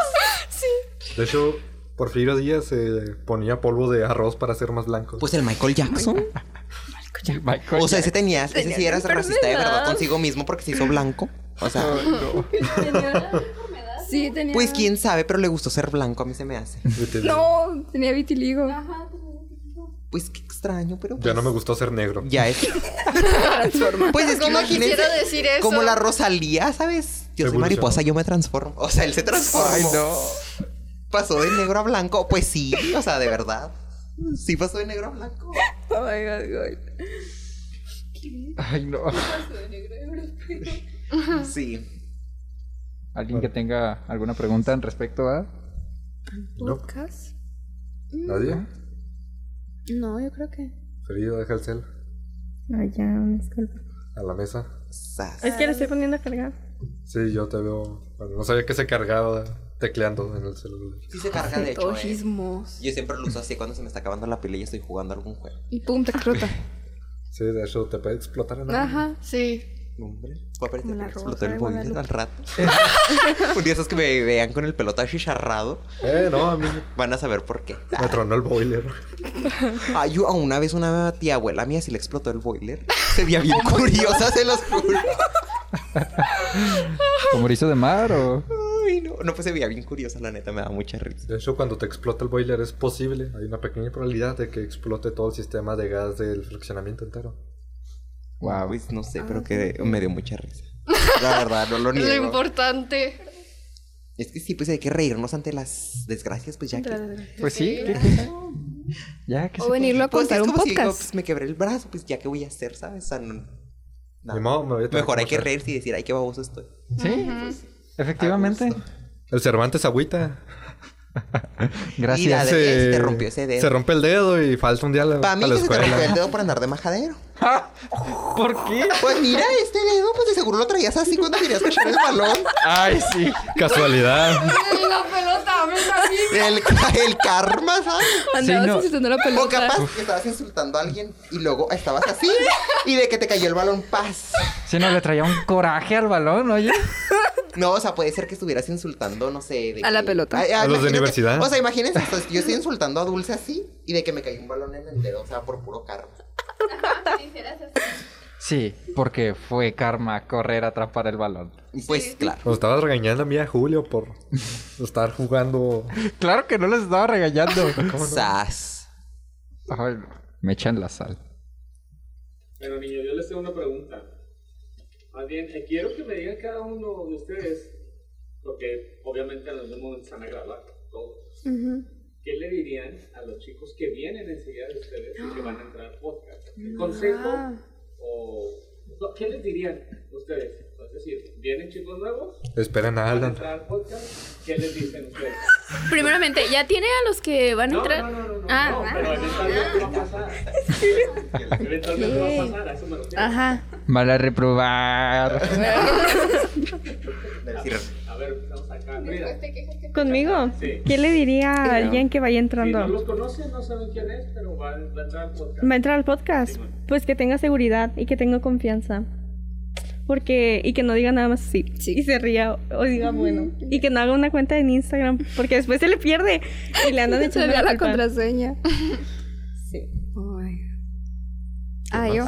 Speaker 6: de hecho, Porfirio Díaz eh, ponía polvo de arroz para ser más blanco.
Speaker 2: Pues el Michael Jackson.
Speaker 1: Michael
Speaker 2: O sea, ese tenías, ese sí eras racista de verdad consigo mismo porque se hizo blanco. O sea,
Speaker 4: Sí, tenía.
Speaker 2: pues quién sabe, pero le gustó ser blanco, a mí se me hace.
Speaker 4: No, tenía vitiligo.
Speaker 2: Pues qué extraño, pero.
Speaker 6: Ya
Speaker 2: pues,
Speaker 6: no me gustó ser negro.
Speaker 2: Ya es. pues es que
Speaker 3: Como
Speaker 2: imagínense
Speaker 3: quisiera decir eso.
Speaker 2: como la Rosalía, ¿sabes? Yo soy
Speaker 6: Evolucionó.
Speaker 2: mariposa, yo me transformo. O sea, él se transformó.
Speaker 1: Ay, no.
Speaker 2: ¿Pasó de negro a blanco? Pues sí, o sea, de verdad. Sí pasó de negro a blanco.
Speaker 4: Oh my god, güey.
Speaker 1: Ay, no.
Speaker 2: Sí.
Speaker 1: ¿Alguien que tenga alguna pregunta en respecto a...?
Speaker 6: No.
Speaker 4: ¿Podcast?
Speaker 6: ¿Nadie?
Speaker 8: No, yo creo que.
Speaker 6: Ferido, deja el cel
Speaker 5: Ay, ya, una disculpa.
Speaker 6: a la mesa.
Speaker 11: Ah,
Speaker 2: Sas.
Speaker 5: Es que le estoy poniendo a cargar.
Speaker 6: Sí, yo te veo. Bueno, no sabía que se cargaba tecleando en el celular.
Speaker 2: Sí se carga, de hecho. ¿eh?
Speaker 4: Fetojismos.
Speaker 2: Yo siempre lo uso así cuando se me está acabando la pila y estoy jugando algún juego.
Speaker 4: Y pum, te explota.
Speaker 6: Sí, de hecho, te puede explotar en la
Speaker 4: Ajá.
Speaker 3: Sí.
Speaker 2: Hombre, voy a
Speaker 5: Como la
Speaker 2: aparecer. Explotó
Speaker 5: rosa
Speaker 2: el
Speaker 5: de
Speaker 2: boiler
Speaker 5: Guadalupe.
Speaker 2: al rato. Un día esos que me vean con el pelotazo achicharrado
Speaker 6: Eh, no, a mí me-
Speaker 2: van a saber por qué.
Speaker 6: me tronó el boiler.
Speaker 2: Ah, yo a una vez una tía abuela mía sí le explotó el boiler. Se veía bien curiosa, se los juro.
Speaker 1: ¿Como erizo de mar o...?
Speaker 2: Ay, no. No, pues se veía bien curiosa, la neta, me da mucha risa.
Speaker 6: De hecho, cuando te explota el boiler es posible. Hay una pequeña probabilidad de que explote todo el sistema de gas del fraccionamiento entero.
Speaker 1: Wow.
Speaker 2: Pues no sé, pero que me dio mucha risa. La verdad, no lo
Speaker 3: Lo
Speaker 2: niego.
Speaker 3: importante.
Speaker 2: Es que sí, pues hay que reírnos ante las desgracias, pues ya que.
Speaker 1: Pues sí, ¿qué cosa? Ya, que
Speaker 4: O venirlo a
Speaker 2: Pues sí,
Speaker 4: contar
Speaker 2: es
Speaker 4: un
Speaker 2: como si digo,
Speaker 4: podcast.
Speaker 2: pues, me quebré el brazo, pues ya que voy a hacer, ¿sabes? O sea, no- nada.
Speaker 6: Ni modo, me voy a tener
Speaker 2: Mejor hay que
Speaker 6: mochar.
Speaker 2: reírse y decir, ay, qué baboso estoy.
Speaker 1: Sí, pues, efectivamente.
Speaker 6: El Cervantes agüita.
Speaker 1: Gracias.
Speaker 2: de- se te rompió ese dedo.
Speaker 6: Se rompe el dedo y falta un día a la,
Speaker 2: Para
Speaker 6: a
Speaker 2: mí
Speaker 6: la
Speaker 2: que se te rompió el
Speaker 6: escuela.
Speaker 2: dedo por andar de majadero.
Speaker 1: ¿Por qué?
Speaker 2: Pues mira, este dedo, pues de seguro lo traías así cuando querías cachar el balón.
Speaker 1: Ay, sí.
Speaker 6: Casualidad.
Speaker 3: Y la pelota, a mí también.
Speaker 2: El, el karma, ¿sabes?
Speaker 4: Andabas
Speaker 1: Sí, no.
Speaker 4: insultando la
Speaker 2: O
Speaker 4: pelota.
Speaker 2: capaz que estabas insultando a alguien y luego estabas así y de que te cayó el balón, paz.
Speaker 1: Si no, le traía un coraje al balón, oye.
Speaker 2: No, o sea, puede ser que estuvieras insultando, no sé. de
Speaker 4: A la
Speaker 2: que-
Speaker 4: pelota.
Speaker 2: Ay, ay,
Speaker 6: A los
Speaker 2: imagínate-
Speaker 6: de universidad.
Speaker 2: O sea, imagínense, o sea, yo estoy insultando a Dulce así y de que me cayó un balón en el dedo, o sea, por puro karma.
Speaker 1: Sí, porque fue karma correr a atrapar el balón.
Speaker 2: Pues claro.
Speaker 6: Nos estabas regañando a mí y a Julio por estar jugando.
Speaker 1: Claro que no les estaba regañando.
Speaker 6: ¿Cómo no?
Speaker 2: Sas.
Speaker 1: Ay, me echan la sal.
Speaker 11: Pero niño, yo les tengo una pregunta. Más bien, eh, quiero que me digan cada uno de ustedes, porque obviamente en algún momento se van a graduar todos. ¿Qué le dirían a los chicos que vienen enseguida de ustedes y que van a entrar al podcast?
Speaker 8: Ah.
Speaker 11: ¿El consejo o no, qué les dirían ustedes? Es decir, vienen chicos nuevos,
Speaker 10: Esperen a
Speaker 11: van a
Speaker 10: Alan.
Speaker 11: entrar al podcast, ¿qué les dicen ustedes?
Speaker 8: Primeramente, ¿ya tiene a los que van a
Speaker 11: No,
Speaker 8: entrar?
Speaker 11: no, no, no, no,
Speaker 8: Ah,
Speaker 11: no,
Speaker 8: ah.
Speaker 11: pero eventualmente va a pasar. Eventualmente va a pasar, a eso me refiero.
Speaker 8: Ajá.
Speaker 1: Van a reprobar.
Speaker 2: Decir,
Speaker 11: A ver, estamos acá. Mira, si
Speaker 5: ¿Conmigo?
Speaker 11: Sí.
Speaker 5: ¿Qué le diría a alguien que vaya
Speaker 11: no
Speaker 5: entrando?
Speaker 11: los conocen, no saben quién es, pero va, va a entrar al podcast.
Speaker 5: ¿Va a entrar al podcast? Pues que tenga seguridad y que tenga confianza. Porque, y que no diga nada más sí. Y se ría o- o diga bueno. Y que no haga una cuenta en Instagram. Porque después se le pierde. Y le andan
Speaker 4: Se
Speaker 5: echando
Speaker 4: vea la
Speaker 5: culpa.
Speaker 4: contraseña.
Speaker 5: Sí.
Speaker 4: Ay. Ah, yo.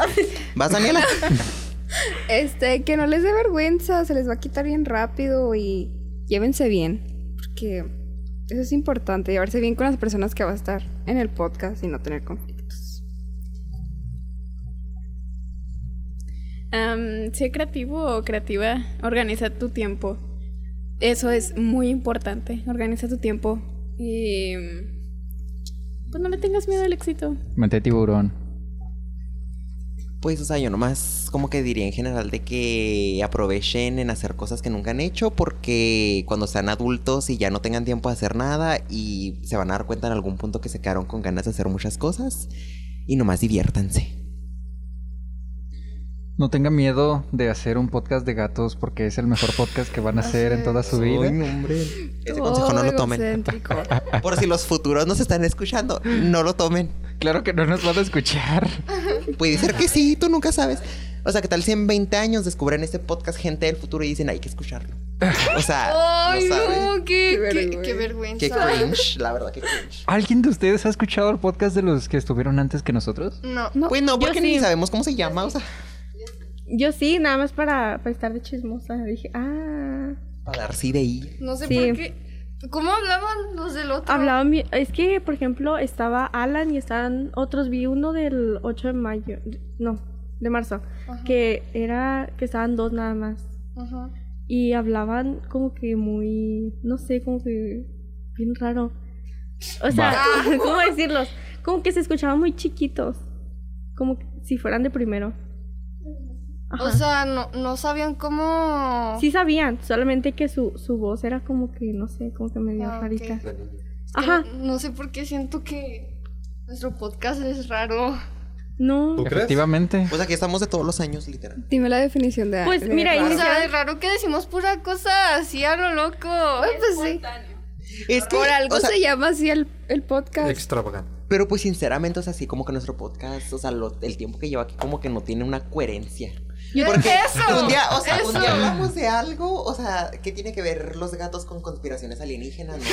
Speaker 2: ¿Vas, Daniela?
Speaker 4: Este, que no les dé vergüenza, se les va a quitar bien rápido y llévense bien. Porque eso es importante, llevarse bien con las personas que va a estar en el podcast y no tener conflictos.
Speaker 8: Am, sé creativo o creativa, organiza tu tiempo. Eso es muy importante, organiza tu tiempo. Y pues no le tengas miedo al éxito.
Speaker 1: Mete tiburón.
Speaker 2: Pues, o sea, yo nomás como que diría en general de que aprovechen en hacer cosas que nunca han hecho porque cuando sean adultos y ya no tengan tiempo de hacer nada y se van a dar cuenta en algún punto que se quedaron con ganas de hacer muchas cosas y nomás diviértanse.
Speaker 1: No tenga miedo de hacer un podcast de gatos porque es el mejor podcast que van a hacer en toda su vida.
Speaker 2: Ese consejo no lo tomen.
Speaker 4: egocéntrico.
Speaker 2: Por si los futuros nos están escuchando, no lo tomen.
Speaker 1: Claro que no nos van a escuchar.
Speaker 2: Puede ser que sí, tú nunca sabes. O sea, que tal si en 20 años descubren este podcast gente del futuro y dicen, hay que escucharlo. O sea,
Speaker 3: Ay,
Speaker 2: no
Speaker 3: no,
Speaker 2: saben.
Speaker 4: Qué
Speaker 3: qué, qué-
Speaker 4: vergüenza.
Speaker 3: qué
Speaker 2: Qué
Speaker 3: vergüenza.
Speaker 2: cringe, la verdad, qué cringe.
Speaker 1: ¿Alguien de ustedes ha escuchado el podcast de los que estuvieron antes que nosotros?
Speaker 3: No.
Speaker 2: Pues no, porque
Speaker 5: yo
Speaker 2: ni
Speaker 5: sí.
Speaker 2: sabemos cómo se llama, o sea,
Speaker 5: Yo sí, nada más para, para estar de chismosa. Dije, ah.
Speaker 2: para dar sí de ahí.
Speaker 3: No sé
Speaker 5: Sí.
Speaker 3: por qué. ¿Cómo hablaban los del otro?
Speaker 5: Hablaban bien- Es que, por ejemplo, estaba Alan y estaban otros. Vi uno del 8 de mayo. No, de marzo. Que era. Que estaban dos nada más.
Speaker 3: Ajá.
Speaker 5: Y hablaban como que muy. No sé, como que. Bien raro. O sea, ¿cómo decirlos? Como que se escuchaban muy chiquitos. Como que si fueran de primero.
Speaker 3: O sea, no, no sabían cómo.
Speaker 5: Sí sabían, solamente que su, su voz era como que, no sé, como que medio
Speaker 3: Ah, ok.
Speaker 5: rarita.
Speaker 3: Es que
Speaker 5: Ajá.
Speaker 3: No sé por qué siento que nuestro podcast es raro.
Speaker 5: No.
Speaker 10: ¿Tú crees?
Speaker 1: Efectivamente.
Speaker 2: Pues aquí estamos de todos los años, literal.
Speaker 4: Dime la definición de
Speaker 5: Pues,
Speaker 4: de
Speaker 5: mira,
Speaker 4: raro.
Speaker 3: O
Speaker 5: inicia-
Speaker 3: sea, es raro que decimos pura cosa así a lo loco.
Speaker 4: Ay, pues sí.
Speaker 2: Es que,
Speaker 4: Por algo
Speaker 2: o sea,
Speaker 4: se llama así el, el podcast.
Speaker 10: Extravagante.
Speaker 2: pero pues sinceramente, o sea, así como que nuestro podcast, o sea, lo- el tiempo que lleva aquí como que no tiene una coherencia.
Speaker 3: Porque eso.
Speaker 2: un día, o sea, un día
Speaker 3: eso.
Speaker 2: hablamos de algo, o sea, ¿qué tiene que ver los gatos con conspiraciones alienígenas? No sé,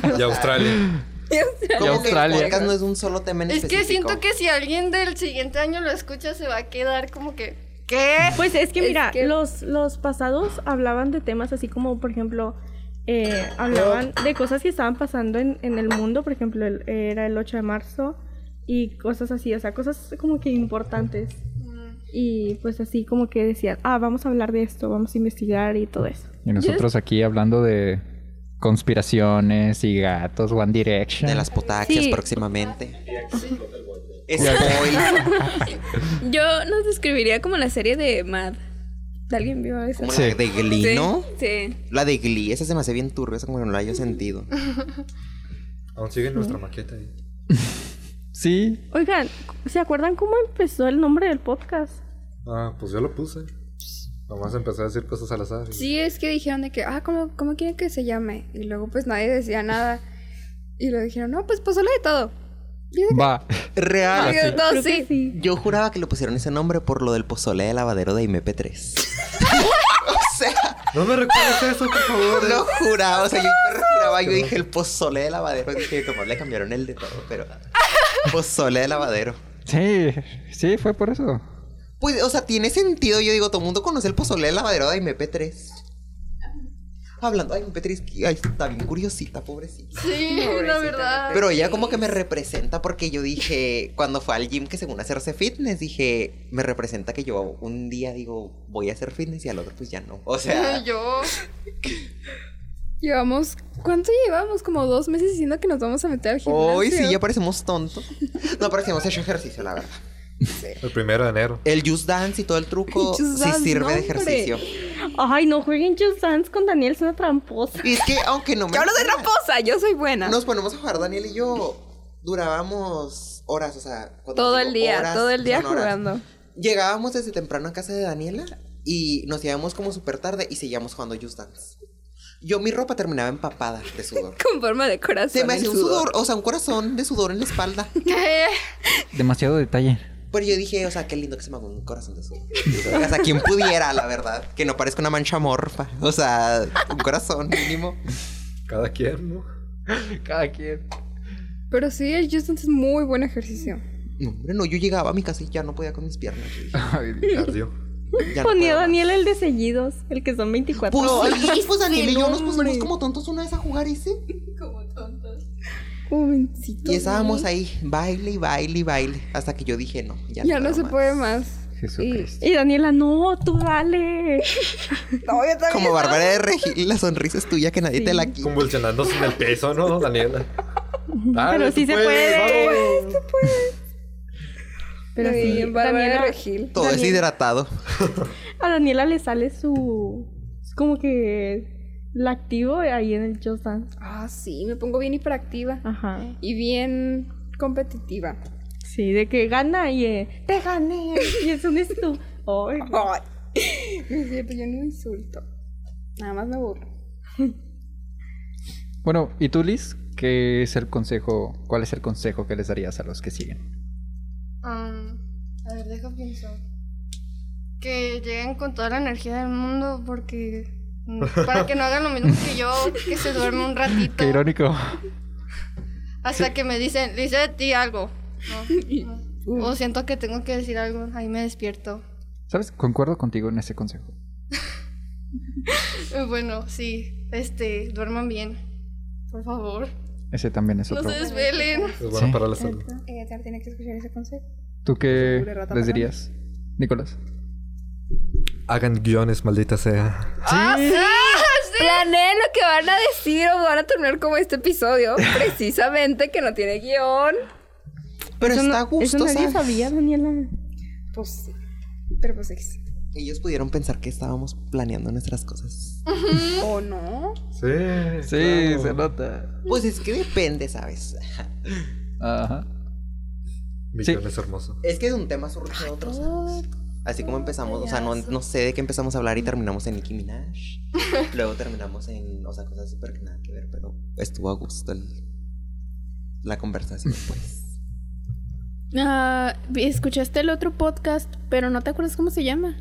Speaker 2: pero-
Speaker 10: Y
Speaker 2: o sea,
Speaker 10: Australia.
Speaker 2: Como
Speaker 1: Y
Speaker 2: que el
Speaker 1: Australia.
Speaker 2: podcast no es un solo tema en
Speaker 3: Es que
Speaker 2: específico.
Speaker 3: siento que si alguien del siguiente año lo escucha se va a quedar como que ¿qué?
Speaker 5: Pues es que mira,
Speaker 4: que-
Speaker 5: Los, los pasados hablaban de temas así como, por ejemplo, eh, hablaban de cosas que estaban pasando en, en el mundo, por ejemplo, el- era el 8 de marzo y cosas así, o sea, cosas como que importantes.
Speaker 3: Mm.
Speaker 5: Y pues así como que decían, ah, vamos a hablar de esto, vamos a investigar y todo eso.
Speaker 1: Y nosotros aquí hablando de conspiraciones y gatos, One Direction.
Speaker 2: De las potaxias
Speaker 5: Sí.
Speaker 2: próximamente.
Speaker 1: Y
Speaker 2: Spoiler.
Speaker 1: acá-
Speaker 7: Yo nos describiría como la serie de Mad. ¿Alguien vio esa?
Speaker 2: Como
Speaker 1: Sí.
Speaker 2: la de Glee,
Speaker 7: Sí,
Speaker 2: ¿no?
Speaker 7: Sí.
Speaker 2: La de Glee, esa se me hace bien turbia, esa como que no la haya sentido.
Speaker 10: Aún sigue nuestra maqueta ahí.
Speaker 1: Sí.
Speaker 5: Oigan, ¿se acuerdan cómo empezó el nombre del podcast?
Speaker 6: Ah, pues yo lo puse. Nomás empecé a decir cosas al azar. y-
Speaker 4: Sí, es que dijeron de que, ah, ¿cómo, cómo quieren que se llame? Y luego pues nadie decía nada. Y luego dijeron, no, pues pasó la de todo.
Speaker 1: Va.
Speaker 2: Real.
Speaker 4: Y yo, "No, sí".
Speaker 2: Yo juraba que le pusieron ese nombre por lo del pozole de lavadero de IMP3. o sea,
Speaker 10: No me recuerdes eso, por favor.
Speaker 2: lo juraba. O sea, yo juraba, yo dije el pozole de lavadero. Dije, como le cambiaron el de todo, pero. Pozole de lavadero.
Speaker 1: Sí. Sí, fue por eso.
Speaker 2: Pues, o sea, tiene sentido. Yo digo, todo el mundo conoce el pozole de lavadero de IMP3. hablando. Ay, Petriski, ay, está bien curiosita, pobrecita.
Speaker 3: Sí, la verdad.
Speaker 2: Pero ella como que me representa porque yo dije, cuando fue al gym que según hacerse fitness, dije, me representa que yo un día digo, voy a hacer fitness y al otro pues ya no. O sea,
Speaker 3: Yo.
Speaker 7: Llevamos. ¿Cuánto llevamos? Como dos meses diciendo que nos vamos a meter al gimnasio.
Speaker 2: hoy sí ya parecemos tontos. No parecemos hecho ejercicio, la verdad.
Speaker 10: El primero de enero.
Speaker 2: El Just Dance y todo el truco
Speaker 7: Just
Speaker 2: sí
Speaker 7: Dance,
Speaker 2: sirve
Speaker 7: no,
Speaker 2: de
Speaker 7: hombre.
Speaker 2: ejercicio.
Speaker 5: Ay, no jueguen Just Dance con Daniel, es una tramposa.
Speaker 2: Y es que, aunque no me.
Speaker 7: Yo no soy
Speaker 2: creas,
Speaker 7: tramposa, yo soy buena.
Speaker 2: Nos ponemos a jugar, Daniel y yo. Durábamos horas, o sea. cuando
Speaker 7: todo
Speaker 2: digo
Speaker 7: el día,
Speaker 2: horas,
Speaker 7: todo el día
Speaker 2: son horas.
Speaker 7: jugando.
Speaker 2: Llegábamos desde temprano a casa de Daniela y nos íbamos como súper tarde y seguíamos jugando Just Dance. Yo mi ropa terminaba empapada de sudor.
Speaker 7: Con forma de corazón.
Speaker 2: Se me
Speaker 7: el
Speaker 2: hacía un sudor, o sea, un corazón de sudor en la espalda.
Speaker 1: Demasiado detalle.
Speaker 2: Pero yo dije, o sea, qué lindo que se me haga un corazón de sudor. O sea, quien pudiera, la verdad, que no parezca una mancha morfa. O sea, un corazón mínimo.
Speaker 10: Cada quien, ¿no?
Speaker 1: Cada quien.
Speaker 7: Pero sí, el Just Dance es muy buen ejercicio.
Speaker 2: No, hombre, no, yo llegaba a mi casa y ya no podía con mis piernas. Yo dije,
Speaker 1: Ay,
Speaker 10: Cardio.
Speaker 2: ya no
Speaker 5: Ponía
Speaker 2: puedo más.
Speaker 5: a Daniel el de seguidos, el que son 24.
Speaker 2: Pues, sí, pues Daniel y yo nos pusimos como tontos una vez a jugar ese.
Speaker 7: Jovencito.
Speaker 2: Y estábamos ahí, baile y baile y baile. Hasta que yo dije, no, ya,
Speaker 7: Ya no
Speaker 2: puedo
Speaker 7: se
Speaker 2: más.
Speaker 7: puede más.
Speaker 1: Jesucristo.
Speaker 5: Y Daniela, no, tú dale.
Speaker 7: No, yo también.
Speaker 2: Como Bárbara de Regil, la sonrisa es tuya que nadie te la quita.
Speaker 10: Convulsionándose en el peso, ¿no, Daniela?
Speaker 5: Pero sí se puede. Pero sí,
Speaker 7: Bárbara
Speaker 5: Daniela-
Speaker 7: Regil.
Speaker 2: Todo es
Speaker 5: Daniel.
Speaker 2: hidratado.
Speaker 5: A Daniela le sale su. es como que. La activo ahí en el Just Dance.
Speaker 7: Ah, sí, me pongo bien hiperactiva.
Speaker 5: Ajá.
Speaker 7: Y bien competitiva.
Speaker 5: Sí, de que gana y. eh, ¡Te gané! Y es un estu. Ay,
Speaker 7: No es cierto, yo no insulto. Nada más me burlo.
Speaker 1: Bueno, ¿y tú, Liz? ¿Qué es el consejo? ¿Cuál es el consejo que les darías a los que siguen?
Speaker 3: Am, a ver, deja pienso. Que lleguen con toda la energía del mundo porque. mm, Para que no hagan lo mismo que yo, que se duerme un ratito.
Speaker 1: Qué irónico.
Speaker 3: Hasta que me dicen, dice de ti algo. No, no. O siento que tengo que decir algo, ahí me despierto.
Speaker 1: ¿Sabes? Concuerdo contigo en ese consejo.
Speaker 3: Eh, Bueno, sí, este, duerman bien, por favor.
Speaker 1: Ese también es
Speaker 3: No
Speaker 1: otro.
Speaker 3: se desvelen.
Speaker 10: Es bueno
Speaker 1: Sí.
Speaker 10: para la salud.
Speaker 4: Ella también tiene que escuchar ese consejo.
Speaker 1: ¿Tú qué
Speaker 4: Pobre rata
Speaker 1: les
Speaker 4: patán.
Speaker 1: dirías, Nicolás?
Speaker 10: Hagan guiones, maldita sea.
Speaker 8: Ah,
Speaker 7: Planeé lo que van a decir o van a terminar como este episodio. Precisamente que no tiene guión.
Speaker 2: Pero
Speaker 5: eso
Speaker 2: está
Speaker 5: no-
Speaker 2: a gusto,
Speaker 5: Eso nadie
Speaker 2: ¿sabes?
Speaker 5: sabía, Daniela.
Speaker 4: Pues sí. Pero pues es.
Speaker 2: Ellos pudieron pensar que estábamos planeando nuestras cosas.
Speaker 4: ¿O no?
Speaker 10: Sí.
Speaker 1: Sí,
Speaker 10: claro.
Speaker 1: se nota.
Speaker 2: Pues es que depende, ¿sabes?
Speaker 1: Ajá.
Speaker 10: Mi
Speaker 1: Sí.
Speaker 10: guión es hermoso.
Speaker 2: Es que de un tema surge otro, ¿sabes? Así como empezamos, o sea, no, no sé de qué empezamos a hablar y terminamos en Nicki Minaj. Luego terminamos en, o sea, cosas súper que nada que ver, pero estuvo a gusto el- la conversación, pues.
Speaker 8: Ah, escuchaste el otro podcast, pero no te acuerdas cómo se llama.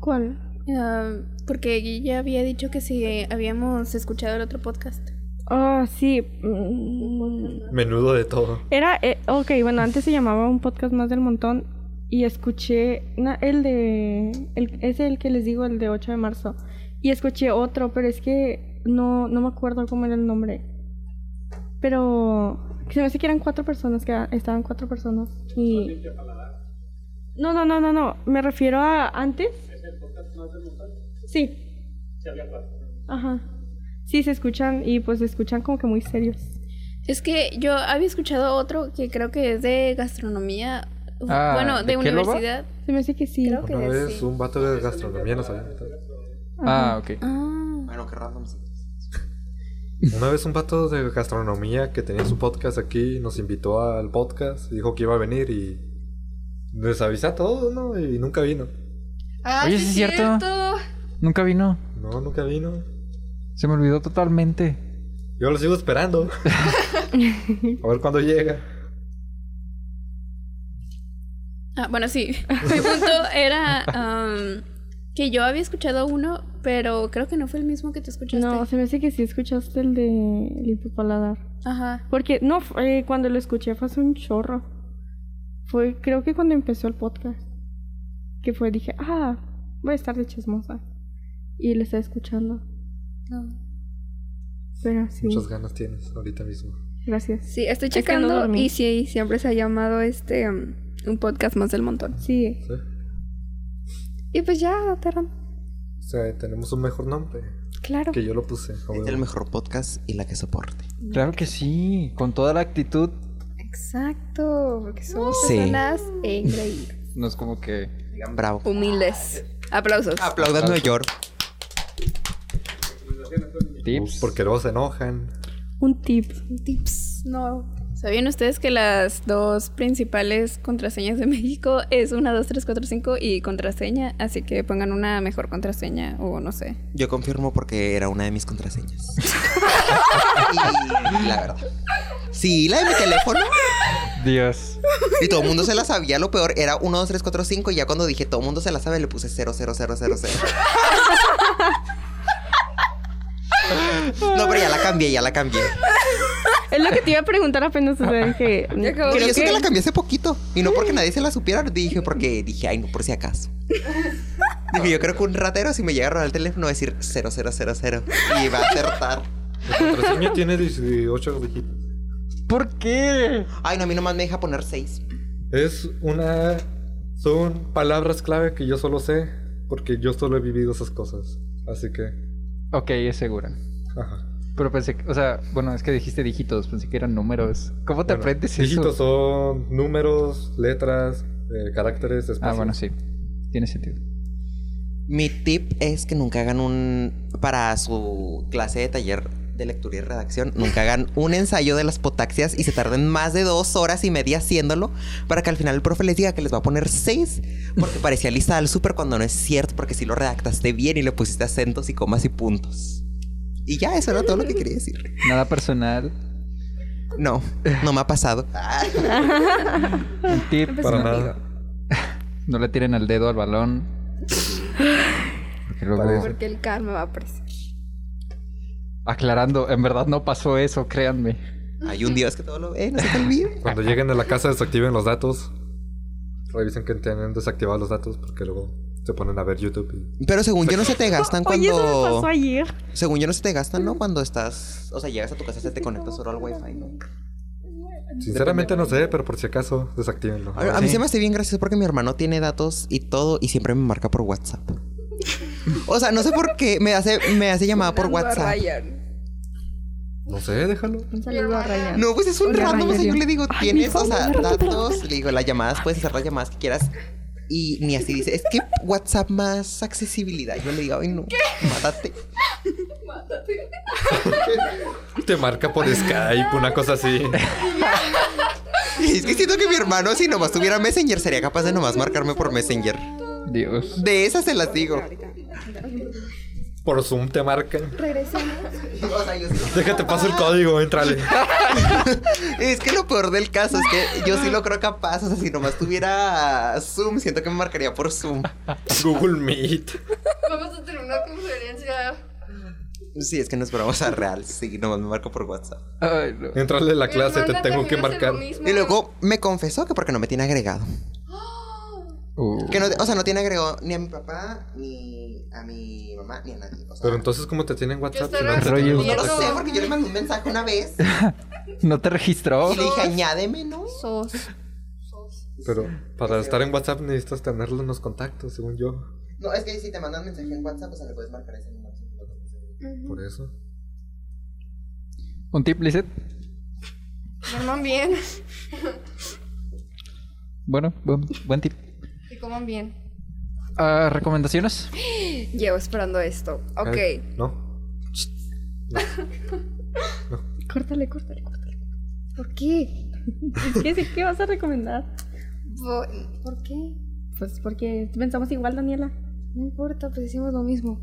Speaker 5: ¿Cuál?
Speaker 8: Ah, porque ella había dicho que si habíamos escuchado el otro podcast.
Speaker 5: Ah, sí. mm,
Speaker 10: Menudo de todo.
Speaker 5: Era. eh, ok, bueno, antes se llamaba un podcast más del montón. Y escuché. na- el de. El, es el que les digo, el de 8 de marzo. Y escuché otro, pero es que no, no me acuerdo cómo era el nombre. Pero. Se me hace que eran cuatro personas, que estaban cuatro personas. Y. No, no, no, no, no. Me refiero a antes. Sí. Ajá. Sí, se escuchan y pues se escuchan como que muy serios.
Speaker 8: Es que yo había escuchado otro que creo que es de gastronomía, u-
Speaker 1: Ah,
Speaker 8: bueno,
Speaker 1: ¿de
Speaker 8: de,
Speaker 1: qué lo va?
Speaker 8: universidad.
Speaker 5: Se me hace que sí.
Speaker 4: Creo que
Speaker 10: Una
Speaker 4: es
Speaker 10: vez
Speaker 4: sí.
Speaker 10: un vato de gastronomía nos había invitado.
Speaker 1: Ah, ok.
Speaker 8: Ah,
Speaker 2: Bueno, qué random. sí.
Speaker 10: Una vez un vato de gastronomía que tenía su podcast aquí nos invitó al podcast, dijo que iba a venir y les avisa a todos, ¿no? Y nunca vino.
Speaker 3: Ah,
Speaker 1: Oye, sí
Speaker 3: sí
Speaker 1: es
Speaker 3: es
Speaker 1: cierto.
Speaker 3: cierto.
Speaker 1: Nunca vino.
Speaker 10: No, nunca vino.
Speaker 1: Se me olvidó totalmente.
Speaker 10: Yo lo sigo esperando. a ver cuándo llega.
Speaker 8: Ah, bueno, sí. Mi punto era am, que yo había escuchado uno, pero creo que no fue el mismo que tú escuchaste.
Speaker 5: No, se me hace que sí escuchaste el de el hipopaladar.
Speaker 8: Ajá.
Speaker 5: Porque no, fue- eh, cuando lo escuché fue hace un chorro. Fue, creo que cuando empezó el podcast. Que fue, dije, ah, voy a estar de chismosa. Y le estaba escuchando. Pero sí.
Speaker 6: Muchas ganas tienes ahorita mismo.
Speaker 5: Gracias.
Speaker 7: Sí, estoy
Speaker 5: que no
Speaker 7: checando
Speaker 5: dormí.
Speaker 7: y sí, siempre se ha llamado este um, un podcast más del montón.
Speaker 5: Sí.
Speaker 6: ¿sí?
Speaker 7: Y pues ya, Terran.
Speaker 6: O sea, tenemos un mejor nombre.
Speaker 7: Claro.
Speaker 6: Que yo lo puse. a
Speaker 2: Es
Speaker 6: huevo.
Speaker 2: el mejor podcast y la que soporte.
Speaker 1: Claro que sí, con toda la actitud.
Speaker 7: Exacto, porque somos
Speaker 2: Sí.
Speaker 7: personas increíbles.
Speaker 1: No es como que.
Speaker 2: Digan bravo.
Speaker 7: Humildes. Aplausos.
Speaker 2: Aplaudan Nueva York.
Speaker 1: Tips.
Speaker 6: Porque luego se enojan.
Speaker 5: Un tip.
Speaker 12: Tips, no. ¿Sabían ustedes que las dos principales contraseñas de México es 1, 2, 3, 4, 5 y contraseña? Así que pongan una mejor contraseña o no sé.
Speaker 2: Yo confirmo porque era una de mis contraseñas. y la verdad. Sí, la de mi teléfono.
Speaker 1: Dios.
Speaker 2: Y todo el mundo se la sabía. Lo peor era 1, 2, 3, 4, 5. Y ya cuando dije todo el mundo se la sabe, le puse 0, 0, 0, 0, 0. No, pero ya la cambié, ya la cambié.
Speaker 5: Es lo que te iba a preguntar apenas. O sea, dije.
Speaker 2: Y
Speaker 5: creo
Speaker 2: eso que...
Speaker 5: que-
Speaker 2: la cambié hace poquito. Y no porque nadie se la supiera, dije porque dije, ay, no, por si acaso. Dije, yo creo que un ratero, si me llega a robar el teléfono, va a decir 0000 y va a acertar.
Speaker 6: La contraseña tiene 18 dígitos.
Speaker 1: ¿Por qué?
Speaker 2: Ay, no, a mí nomás me deja poner 6.
Speaker 6: Es una. Son palabras clave que yo solo sé porque yo solo he vivido esas cosas. Así que.
Speaker 1: Ok, es segura.
Speaker 6: Ajá.
Speaker 1: Pero pensé que, o sea, bueno, es que dijiste dígitos, pensé que eran números. ¿Cómo te
Speaker 6: Bueno,
Speaker 1: aprendes
Speaker 6: Dígitos
Speaker 1: eso?
Speaker 6: son números, letras, eh, caracteres,
Speaker 1: Ah,
Speaker 6: espacios.
Speaker 1: bueno, sí. Tiene sentido.
Speaker 2: Mi tip es que nunca hagan un. Para su clase de taller de lectura y redacción, nunca hagan un ensayo de las potaxias y se tarden más de dos horas y media haciéndolo para que al final el profe les diga que les va a poner seis porque parecía lista al súper cuando no es cierto, porque si lo redactaste bien y le pusiste acentos y comas y puntos. Y ya, eso era todo lo que quería decir.
Speaker 1: Nada personal.
Speaker 2: No, no me ha pasado.
Speaker 1: Un tip.
Speaker 6: Para
Speaker 1: no,
Speaker 6: nada.
Speaker 1: no le tiren el dedo al balón. Porque luego-
Speaker 6: Parece.
Speaker 7: Porque el karma va a perseguir.
Speaker 1: Aclarando, en verdad no pasó eso, créanme.
Speaker 2: Hay un Dios que todo lo ve, no se te olvide.
Speaker 6: Cuando lleguen a la casa, desactiven los datos. Revisen que tienen desactivados los datos porque luego se ponen a ver YouTube y.
Speaker 2: Pero según yo no se te gastan
Speaker 5: Oye, eso me pasó
Speaker 2: cuando...
Speaker 5: ayer.
Speaker 2: Según yo no se te gastan,
Speaker 5: Mm.
Speaker 2: ¿no? Cuando estás... O sea, llegas a tu casa, se te conecta solo al wifi, ¿no?
Speaker 6: Sinceramente no sé, pero por si acaso, desactívenlo.
Speaker 5: Ah,
Speaker 2: A, a mí se me hace bien gracioso porque mi hermano tiene datos y todo y siempre me marca por WhatsApp. O sea, no sé por qué me hace, me hace llamada por WhatsApp.
Speaker 6: No sé, déjalo.
Speaker 5: Un saludo a Ryan.
Speaker 2: No, pues es un
Speaker 5: Hola,
Speaker 2: random. O sea, yo
Speaker 5: Ryan.
Speaker 2: le digo,
Speaker 5: Ay,
Speaker 2: tienes,
Speaker 5: mi
Speaker 2: o sea,
Speaker 5: hijo, me
Speaker 2: datos. Le digo, las llamadas, puedes hacer las llamadas que quieras. Y ni así dice, es que WhatsApp más accesibilidad. Yo le digo, ay, no, mátate.
Speaker 6: Te marca por Skype, una cosa así.
Speaker 2: Y es que siento que mi hermano, si nomás tuviera Messenger, sería capaz de nomás marcarme por Messenger.
Speaker 1: Dios.
Speaker 2: De esas se las digo.
Speaker 6: Por Zoom te marcan.
Speaker 2: O sea, yo sí-
Speaker 6: Déjate paso el código, entrale.
Speaker 2: Es que lo peor del caso es que yo sí lo creo capaz. O sea, si nomás tuviera Zoom, siento que me marcaría por Zoom.
Speaker 6: Google Meet.
Speaker 3: Vamos a tener una conferencia.
Speaker 2: Sí, es que no esperamos a real. Sí, nomás me marco por WhatsApp.
Speaker 1: Ay, no.
Speaker 6: Entrale a la
Speaker 3: Mi
Speaker 6: clase, te
Speaker 3: hermana
Speaker 6: tengo que
Speaker 3: también hace
Speaker 6: marcar.
Speaker 3: lo mismo.
Speaker 2: Y luego me confesó que porque no me tiene agregado.
Speaker 1: Uh,
Speaker 2: Que no, o sea, no tiene agregado ni a mi papá, ni a mi mamá, ni a nadie. O sea,
Speaker 6: Pero entonces, ¿cómo te tienen WhatsApp?
Speaker 3: Yo
Speaker 6: Si no
Speaker 3: estaré
Speaker 6: te tienen
Speaker 1: rollo.
Speaker 2: no lo
Speaker 6: WhatsApp?
Speaker 2: sé, porque yo le mandé un mensaje una vez
Speaker 1: ¿no te registró.
Speaker 2: y le dije, añádeme, ¿no?
Speaker 3: Sos.
Speaker 6: Pero para estar en WhatsApp necesitas tenerlo en los contactos, según yo.
Speaker 2: No, es que si te mandan mensaje en WhatsApp, o sea, le puedes marcar ese número.
Speaker 6: Por eso.
Speaker 1: Un tip, Lizeth.
Speaker 3: Duerman bien.
Speaker 1: Bueno, buen, buen tip.
Speaker 3: Y coman bien.
Speaker 1: Ah, ¿Recomendaciones?
Speaker 7: Llevo esperando esto. Ok.
Speaker 6: Ay, No.
Speaker 5: Córtale, córtale, córtale.
Speaker 7: ¿Por qué?
Speaker 5: ¿Qué, sí, ¿Qué vas a recomendar?
Speaker 7: Bo- ¿Por qué?
Speaker 5: Pues porque pensamos igual, Daniela.
Speaker 7: No importa, pues decimos lo mismo.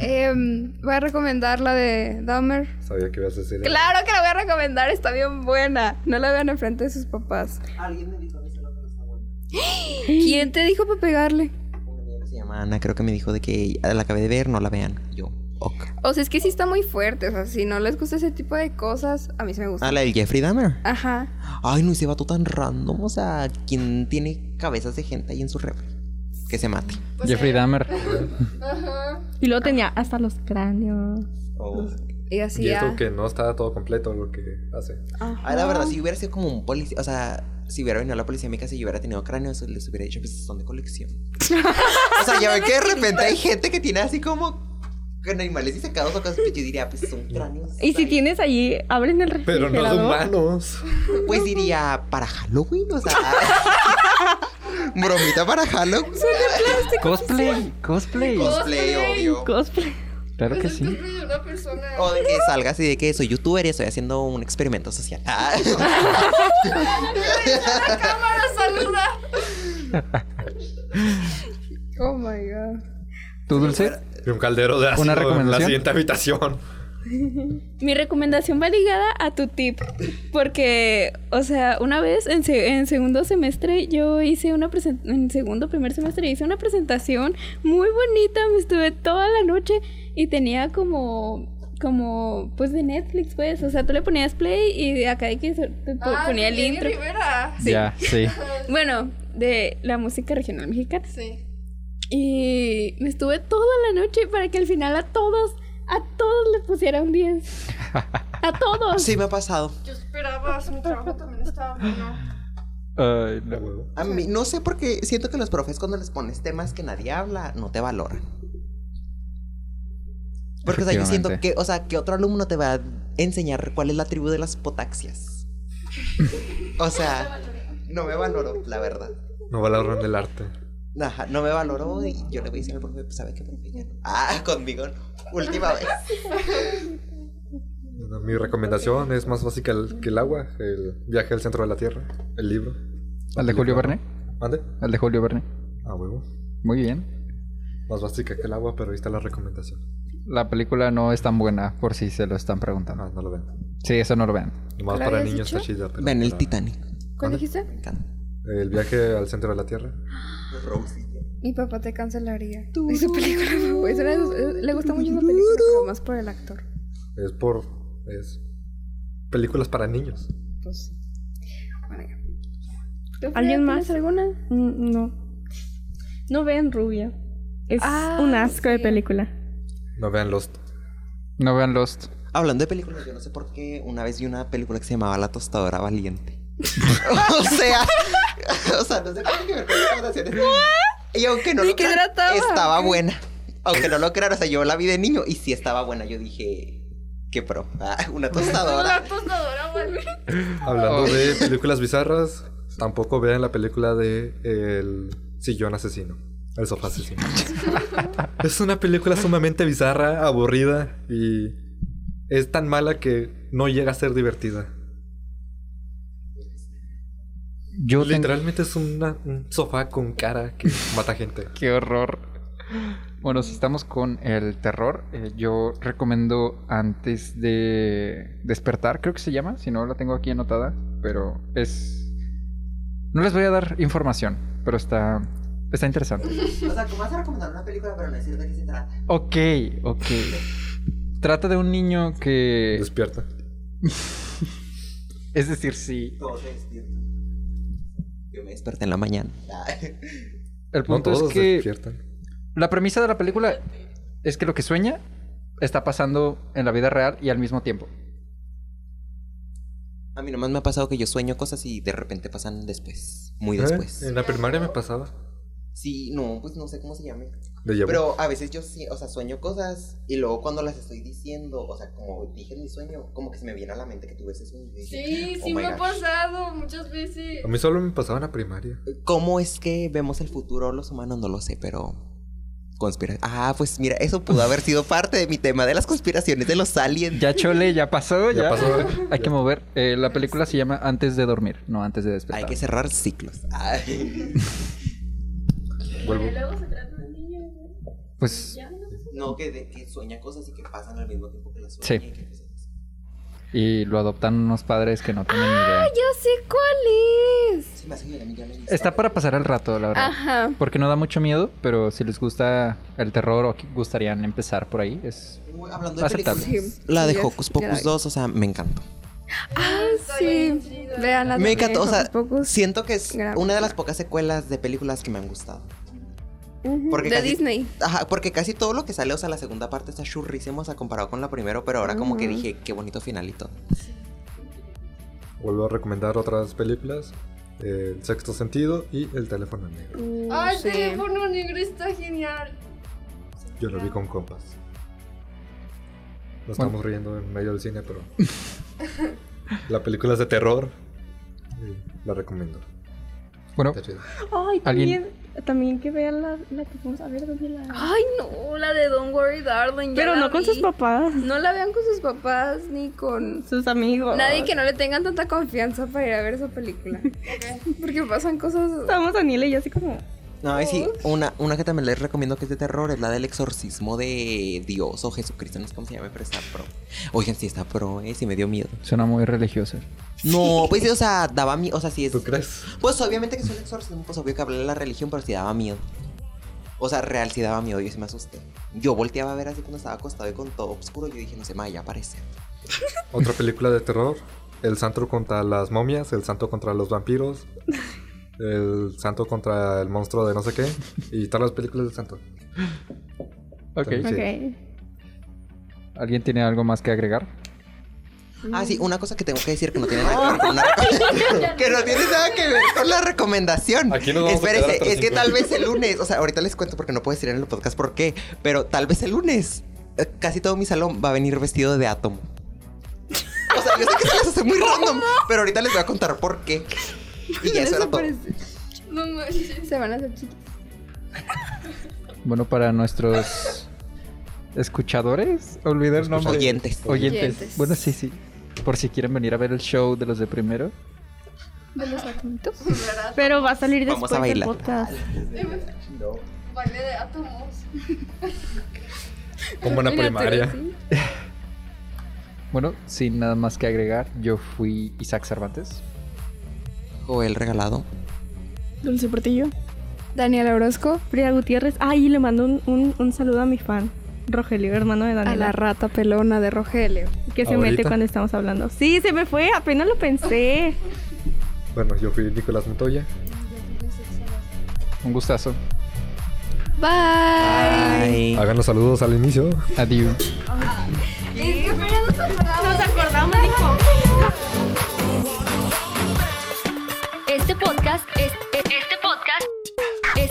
Speaker 7: Em, voy a recomendar la de Dahmer.
Speaker 6: Sabía que ibas a decir. eso.
Speaker 7: Claro que la voy a recomendar, está bien buena. No la vean enfrente de sus papás.
Speaker 2: Alguien me dijo eso, no, pero está bueno.
Speaker 7: ¿Quién te dijo para pegarle?
Speaker 2: Una amiga que se llama Ana, creo que me dijo de que "Ah, la acabé de ver, no la vean. Yo, ok.
Speaker 7: O sea, es que sí está muy fuerte. O sea, si no les gusta ese tipo de cosas, a mí sí me gusta.
Speaker 2: Ah, la del Jeffrey Dahmer.
Speaker 7: Ajá.
Speaker 2: Ay, no, ese vato tan random. O sea, ¿quién tiene cabezas de gente ahí en su refri? Que se mate.
Speaker 1: Pues, eh, Jeffrey Dahmer.
Speaker 5: Y luego tenía hasta los cráneos.
Speaker 2: O-
Speaker 5: Y así
Speaker 6: Y
Speaker 5: ya.
Speaker 6: eso que no está todo completo lo que hace.
Speaker 2: Ah, la verdad, si hubiera sido como un policía, o sea, si hubiera venido la policía a mi casa y yo hubiera tenido cráneos, les hubiera dicho, pues son de colección. o sea, ya ven que de repente hay gente que tiene así como con animales disecados o cosas, pues yo diría, pues son cráneos.
Speaker 7: Y si
Speaker 2: tiene
Speaker 7: tienes allí, abren el
Speaker 6: Pero
Speaker 7: refrigerador.
Speaker 6: no son humanos.
Speaker 2: Pues diría, para Halloween, o sea. bromita para Halloween.
Speaker 1: Este Cosplay, cosplay.
Speaker 2: Cosplay, obvio.
Speaker 7: Cosplay.
Speaker 1: Claro que
Speaker 3: Es el
Speaker 1: sí.
Speaker 3: cosplay de una persona.
Speaker 2: O de que salga así de que soy youtuber y estoy haciendo un experimento social. Ah.
Speaker 3: La cámara saluda.
Speaker 5: Oh my god.
Speaker 1: ¿Tú, Dulce?
Speaker 6: Y un caldero de ácido
Speaker 1: ¿Una
Speaker 6: en la
Speaker 1: recomendación?
Speaker 6: siguiente habitación.
Speaker 7: Mi recomendación va ligada a tu tip, porque, Eh, o sea, una vez en, se- en segundo semestre yo hice una presentación, en segundo, primer semestre hice una presentación muy bonita, me estuve toda la noche y tenía como, como, pues de Netflix, pues, o sea, tú le ponías play y de acá de que se- te po-
Speaker 3: Ah,
Speaker 7: ponía el
Speaker 3: Jenny
Speaker 7: intro.
Speaker 3: Rivera.
Speaker 1: Ya, sí.
Speaker 7: Bueno, de la música regional mexicana.
Speaker 3: Sí.
Speaker 7: Y me estuve toda la noche para que al final a todos, a todos le pusiera un 10. A todos.
Speaker 2: Sí, me ha pasado.
Speaker 3: Yo esperaba, su trabajo también estaba bueno.
Speaker 1: Ay,
Speaker 6: A
Speaker 1: no.
Speaker 6: huevo.
Speaker 2: A mí, no sé por qué siento que los profes cuando les pones temas que nadie habla, no te valoran. Porque, o sea, yo siento
Speaker 1: Efectivamente.
Speaker 2: que, o sea, que otro alumno te va a enseñar cuál es la tribu de las potaxias. O sea, no me valoró, la verdad.
Speaker 6: No valoran el arte.
Speaker 2: Ajá, no me valoró y yo le voy a decir al profe, pues, ¿sabe qué, profe? Ya no. Ah, conmigo no. Última vez.
Speaker 6: Bueno, mi recomendación es más básica el- que el agua, el viaje al centro de la Tierra, el libro.
Speaker 1: ¿Al de Julio Verne?
Speaker 6: ¿Mande?
Speaker 1: Al de Julio Verne.
Speaker 6: A huevo.
Speaker 1: Muy bien.
Speaker 6: Más básica que el agua, pero ahí está la recomendación.
Speaker 1: La película no es tan buena, por si se lo están preguntando.
Speaker 6: Ah, no lo ven.
Speaker 1: Sí, eso no lo vean.
Speaker 6: Nomás
Speaker 5: ¿La
Speaker 6: para
Speaker 5: habías
Speaker 6: niños
Speaker 5: dicho?
Speaker 6: está chida. pero
Speaker 2: Ven, el
Speaker 6: para-
Speaker 2: Titanic.
Speaker 5: ¿Cuál
Speaker 6: ¿Mande?
Speaker 5: dijiste?
Speaker 2: Me encanta.
Speaker 6: El viaje al centro de la Tierra.
Speaker 5: Mi papá te cancelaría. Es su película favorita. Es una de sus- Le gusta mucho esa película, pero más por el actor.
Speaker 6: Es por. Es. Películas para niños.
Speaker 5: Pues sí. Bueno, ya. ¿Tú, Frida,
Speaker 7: ¿Alguien
Speaker 5: tienes
Speaker 7: más?
Speaker 5: alguna?
Speaker 7: Mm, No. No vean rubia. Es
Speaker 5: Ah,
Speaker 7: un asco de
Speaker 5: sí.
Speaker 7: película.
Speaker 6: No vean Lost.
Speaker 1: No vean Lost.
Speaker 2: Hablando de películas, yo no sé por qué una vez vi una película que se llamaba La Tostadora Valiente. o sea, o sea, no sé cómo que ver con recomendaciones. Y aunque no
Speaker 5: ¿De
Speaker 2: lo
Speaker 5: qué
Speaker 2: crean,
Speaker 5: trataba?
Speaker 2: estaba buena. Aunque no lo crean, o sea, yo la vi de niño y sí estaba buena. Yo dije, qué pro, ah, una tostadora.
Speaker 3: La tostadora, güey.
Speaker 6: Hablando de películas bizarras, tampoco vean la película de El sillón asesino. El sofá asesino. es una película sumamente bizarra, aburrida y es tan mala que no llega a ser divertida.
Speaker 1: Yo tengo-
Speaker 6: Literalmente es una- un sofá con cara que mata gente.
Speaker 1: Qué horror. Bueno, si estamos con el terror, eh, yo recomiendo antes de despertar, creo que se llama, si no la tengo aquí anotada, pero es... No les voy a dar información, pero está, está interesante.
Speaker 2: O sea, ¿cómo vas a recomendar una película pero no decir de qué se trata?
Speaker 1: Ok, ok. Trata de un niño
Speaker 6: Eh,
Speaker 1: que...
Speaker 6: Despierta.
Speaker 1: Es decir, sí.
Speaker 2: Todos se despiertan. Yo me desperté en la mañana. Ah,
Speaker 1: El
Speaker 6: No
Speaker 1: punto
Speaker 6: todos
Speaker 1: es que...
Speaker 6: despiertan.
Speaker 1: La premisa de la película es que lo que sueña está pasando en la vida real y al mismo tiempo.
Speaker 2: A mí nomás me ha pasado que yo sueño cosas y de repente pasan después, muy
Speaker 6: ¿Eh?
Speaker 2: después.
Speaker 6: En la primaria me pasaba.
Speaker 2: Sí, no, pues no sé cómo se llame.
Speaker 6: De llevo.
Speaker 2: Pero a veces yo sí, o sea, sueño cosas y luego cuando las estoy diciendo, o sea, como dije en mi sueño, como que se me viene a la mente que tuve ese sueño. y dije,
Speaker 3: Sí,
Speaker 2: Oh
Speaker 3: sí
Speaker 2: my
Speaker 3: me
Speaker 2: gosh.
Speaker 3: ha pasado muchas veces.
Speaker 6: A mí solo me pasaba en la primaria.
Speaker 2: ¿Cómo es que vemos el futuro los humanos? No lo sé, pero... Conspira... Ah, pues mira, eso pudo haber sido parte de mi tema de las conspiraciones de los aliens.
Speaker 1: Ya chole, ya pasó, ya,
Speaker 6: Ya pasó.
Speaker 1: Hay que mover. Eh, la película se llama Antes de dormir, no antes de despertar.
Speaker 2: Hay que cerrar ciclos. Ay.
Speaker 6: Vuelvo.
Speaker 1: Pues
Speaker 2: No, que, de, que sueña cosas y que pasan al mismo tiempo que las
Speaker 1: Sí.
Speaker 2: sueña. y que cosas así.
Speaker 1: y lo adoptan unos padres que no tienen ni idea.
Speaker 5: Yo sé cuál es.
Speaker 2: Se me hace que ya me- ya me-
Speaker 1: Está para pasar el rato, la verdad.
Speaker 5: Ajá.
Speaker 1: Porque no da mucho miedo, pero si les gusta el terror o que gustarían empezar por ahí, es
Speaker 2: Uy, Hablando de
Speaker 1: Aceptable.
Speaker 2: películas,
Speaker 5: Sí,
Speaker 2: la de
Speaker 5: ya-
Speaker 2: Hocus
Speaker 5: ya la
Speaker 2: Pocus
Speaker 5: vi.
Speaker 2: 2, o sea, me encantó.
Speaker 5: Sí. Vean la
Speaker 2: Me encantó, o sea,
Speaker 5: Pocus.
Speaker 2: siento que es
Speaker 5: Gran
Speaker 2: una de las pocas secuelas de películas que me han gustado. Porque
Speaker 7: de
Speaker 2: casi-
Speaker 7: Disney.
Speaker 2: Ajá, porque casi todo lo que sale, o sea, la segunda parte está churrísimo, o sea, comparado con la primera, pero ahora como que dije, qué bonito finalito.
Speaker 6: Vuelvo a recomendar otras películas. eh, El sexto sentido y El teléfono negro.
Speaker 5: Oh,
Speaker 3: Ay,
Speaker 7: sí.
Speaker 3: teléfono negro está genial.
Speaker 6: Yo lo vi con compas. Nos estamos riendo en medio del cine, pero... la película es de terror. y la recomiendo.
Speaker 1: Bueno,
Speaker 6: Está chida.
Speaker 5: Ay,
Speaker 1: ¿Alguien?
Speaker 5: también, también que vean la, la que vamos a ver, Daniela.
Speaker 7: Ay, no, la de Don't Worry Darling. ya
Speaker 5: Ah, Pero
Speaker 7: la
Speaker 5: no con
Speaker 7: vi.
Speaker 5: sus papás,
Speaker 7: No la vean con sus papás ni con
Speaker 5: sus amigos.
Speaker 7: nadie que no le tengan tanta confianza para ir a ver esa película. Porque pasan cosas.
Speaker 5: Estamos Daniela y yo así como...
Speaker 2: No, y sí, una, una que también les recomiendo que es de terror es la del exorcismo de Dios o Jesucristo, no sé cómo se llama, pero está pro. Oigan, sí está pro, eh, sí me dio miedo.
Speaker 1: suena muy religiosa.
Speaker 2: No, pues sí, o sea, daba miedo, o sea, sí es...
Speaker 6: ¿Tú crees?
Speaker 2: Pues obviamente que es un exorcismo, pues obvio que habla de la religión, pero sí daba miedo. O sea, real sí daba miedo, yo sí me asusté. Yo volteaba a ver así cuando estaba acostado y con todo oscuro, yo dije, no sé, ma, ya aparece.
Speaker 6: Otra película de terror. El santo contra las momias, el santo contra los vampiros, el santo contra el monstruo de no sé qué y todas las películas del santo.
Speaker 1: Ok.
Speaker 6: También sí.
Speaker 5: Ok.
Speaker 1: ¿Alguien tiene algo más que agregar?
Speaker 2: Ah, sí, una cosa que tengo que decir que no tiene nada que ver con la que no tiene nada que ver con la recomendación.
Speaker 6: Aquí nos vamos a quedar
Speaker 2: Espérese,
Speaker 6: hasta las
Speaker 2: es que
Speaker 6: cinco.
Speaker 2: tal vez el lunes, o sea, ahorita les cuento porque no puedo decir en el podcast por qué, pero tal vez el lunes eh, casi todo mi salón va a venir vestido de átomo. O sea, yo sé que se les hace muy random, pero ahorita les voy a contar por qué. Y ya eso era todo.
Speaker 7: No, no, se van a hacer chiquitos.
Speaker 1: Bueno, para nuestros escuchadores, olvidé el nombre.
Speaker 2: Oyentes.
Speaker 1: Oyentes.
Speaker 7: Oyentes.
Speaker 1: Bueno, sí, sí. Por si quieren venir a ver el show de los de primero.
Speaker 5: Pero va a salir
Speaker 2: Vamos
Speaker 5: después
Speaker 2: a
Speaker 5: del
Speaker 2: bailar.
Speaker 5: podcast.
Speaker 3: Baile de átomos.
Speaker 6: Como una primaria.
Speaker 1: Bueno, sin nada más que agregar, yo fui Isaac Cervantes.
Speaker 2: Joel regalado.
Speaker 5: Dulce Portillo.
Speaker 13: Daniel Orozco,
Speaker 5: Frida Gutiérrez. Ay, ah, y le mando un, un- un saludo a mi fan, Rogelio, hermano de
Speaker 13: a
Speaker 5: Daniela.
Speaker 13: la rata pelona de Rogelio.
Speaker 5: que se
Speaker 6: Ahorita.
Speaker 5: mete cuando estamos hablando. Sí, se me fue, apenas lo pensé.
Speaker 6: Bueno, yo fui Nicolás Montoya.
Speaker 1: Un gustazo.
Speaker 2: Ay.
Speaker 6: Hagan los saludos al inicio.
Speaker 1: Adiós.
Speaker 14: Este podcast es, es- este podcast es,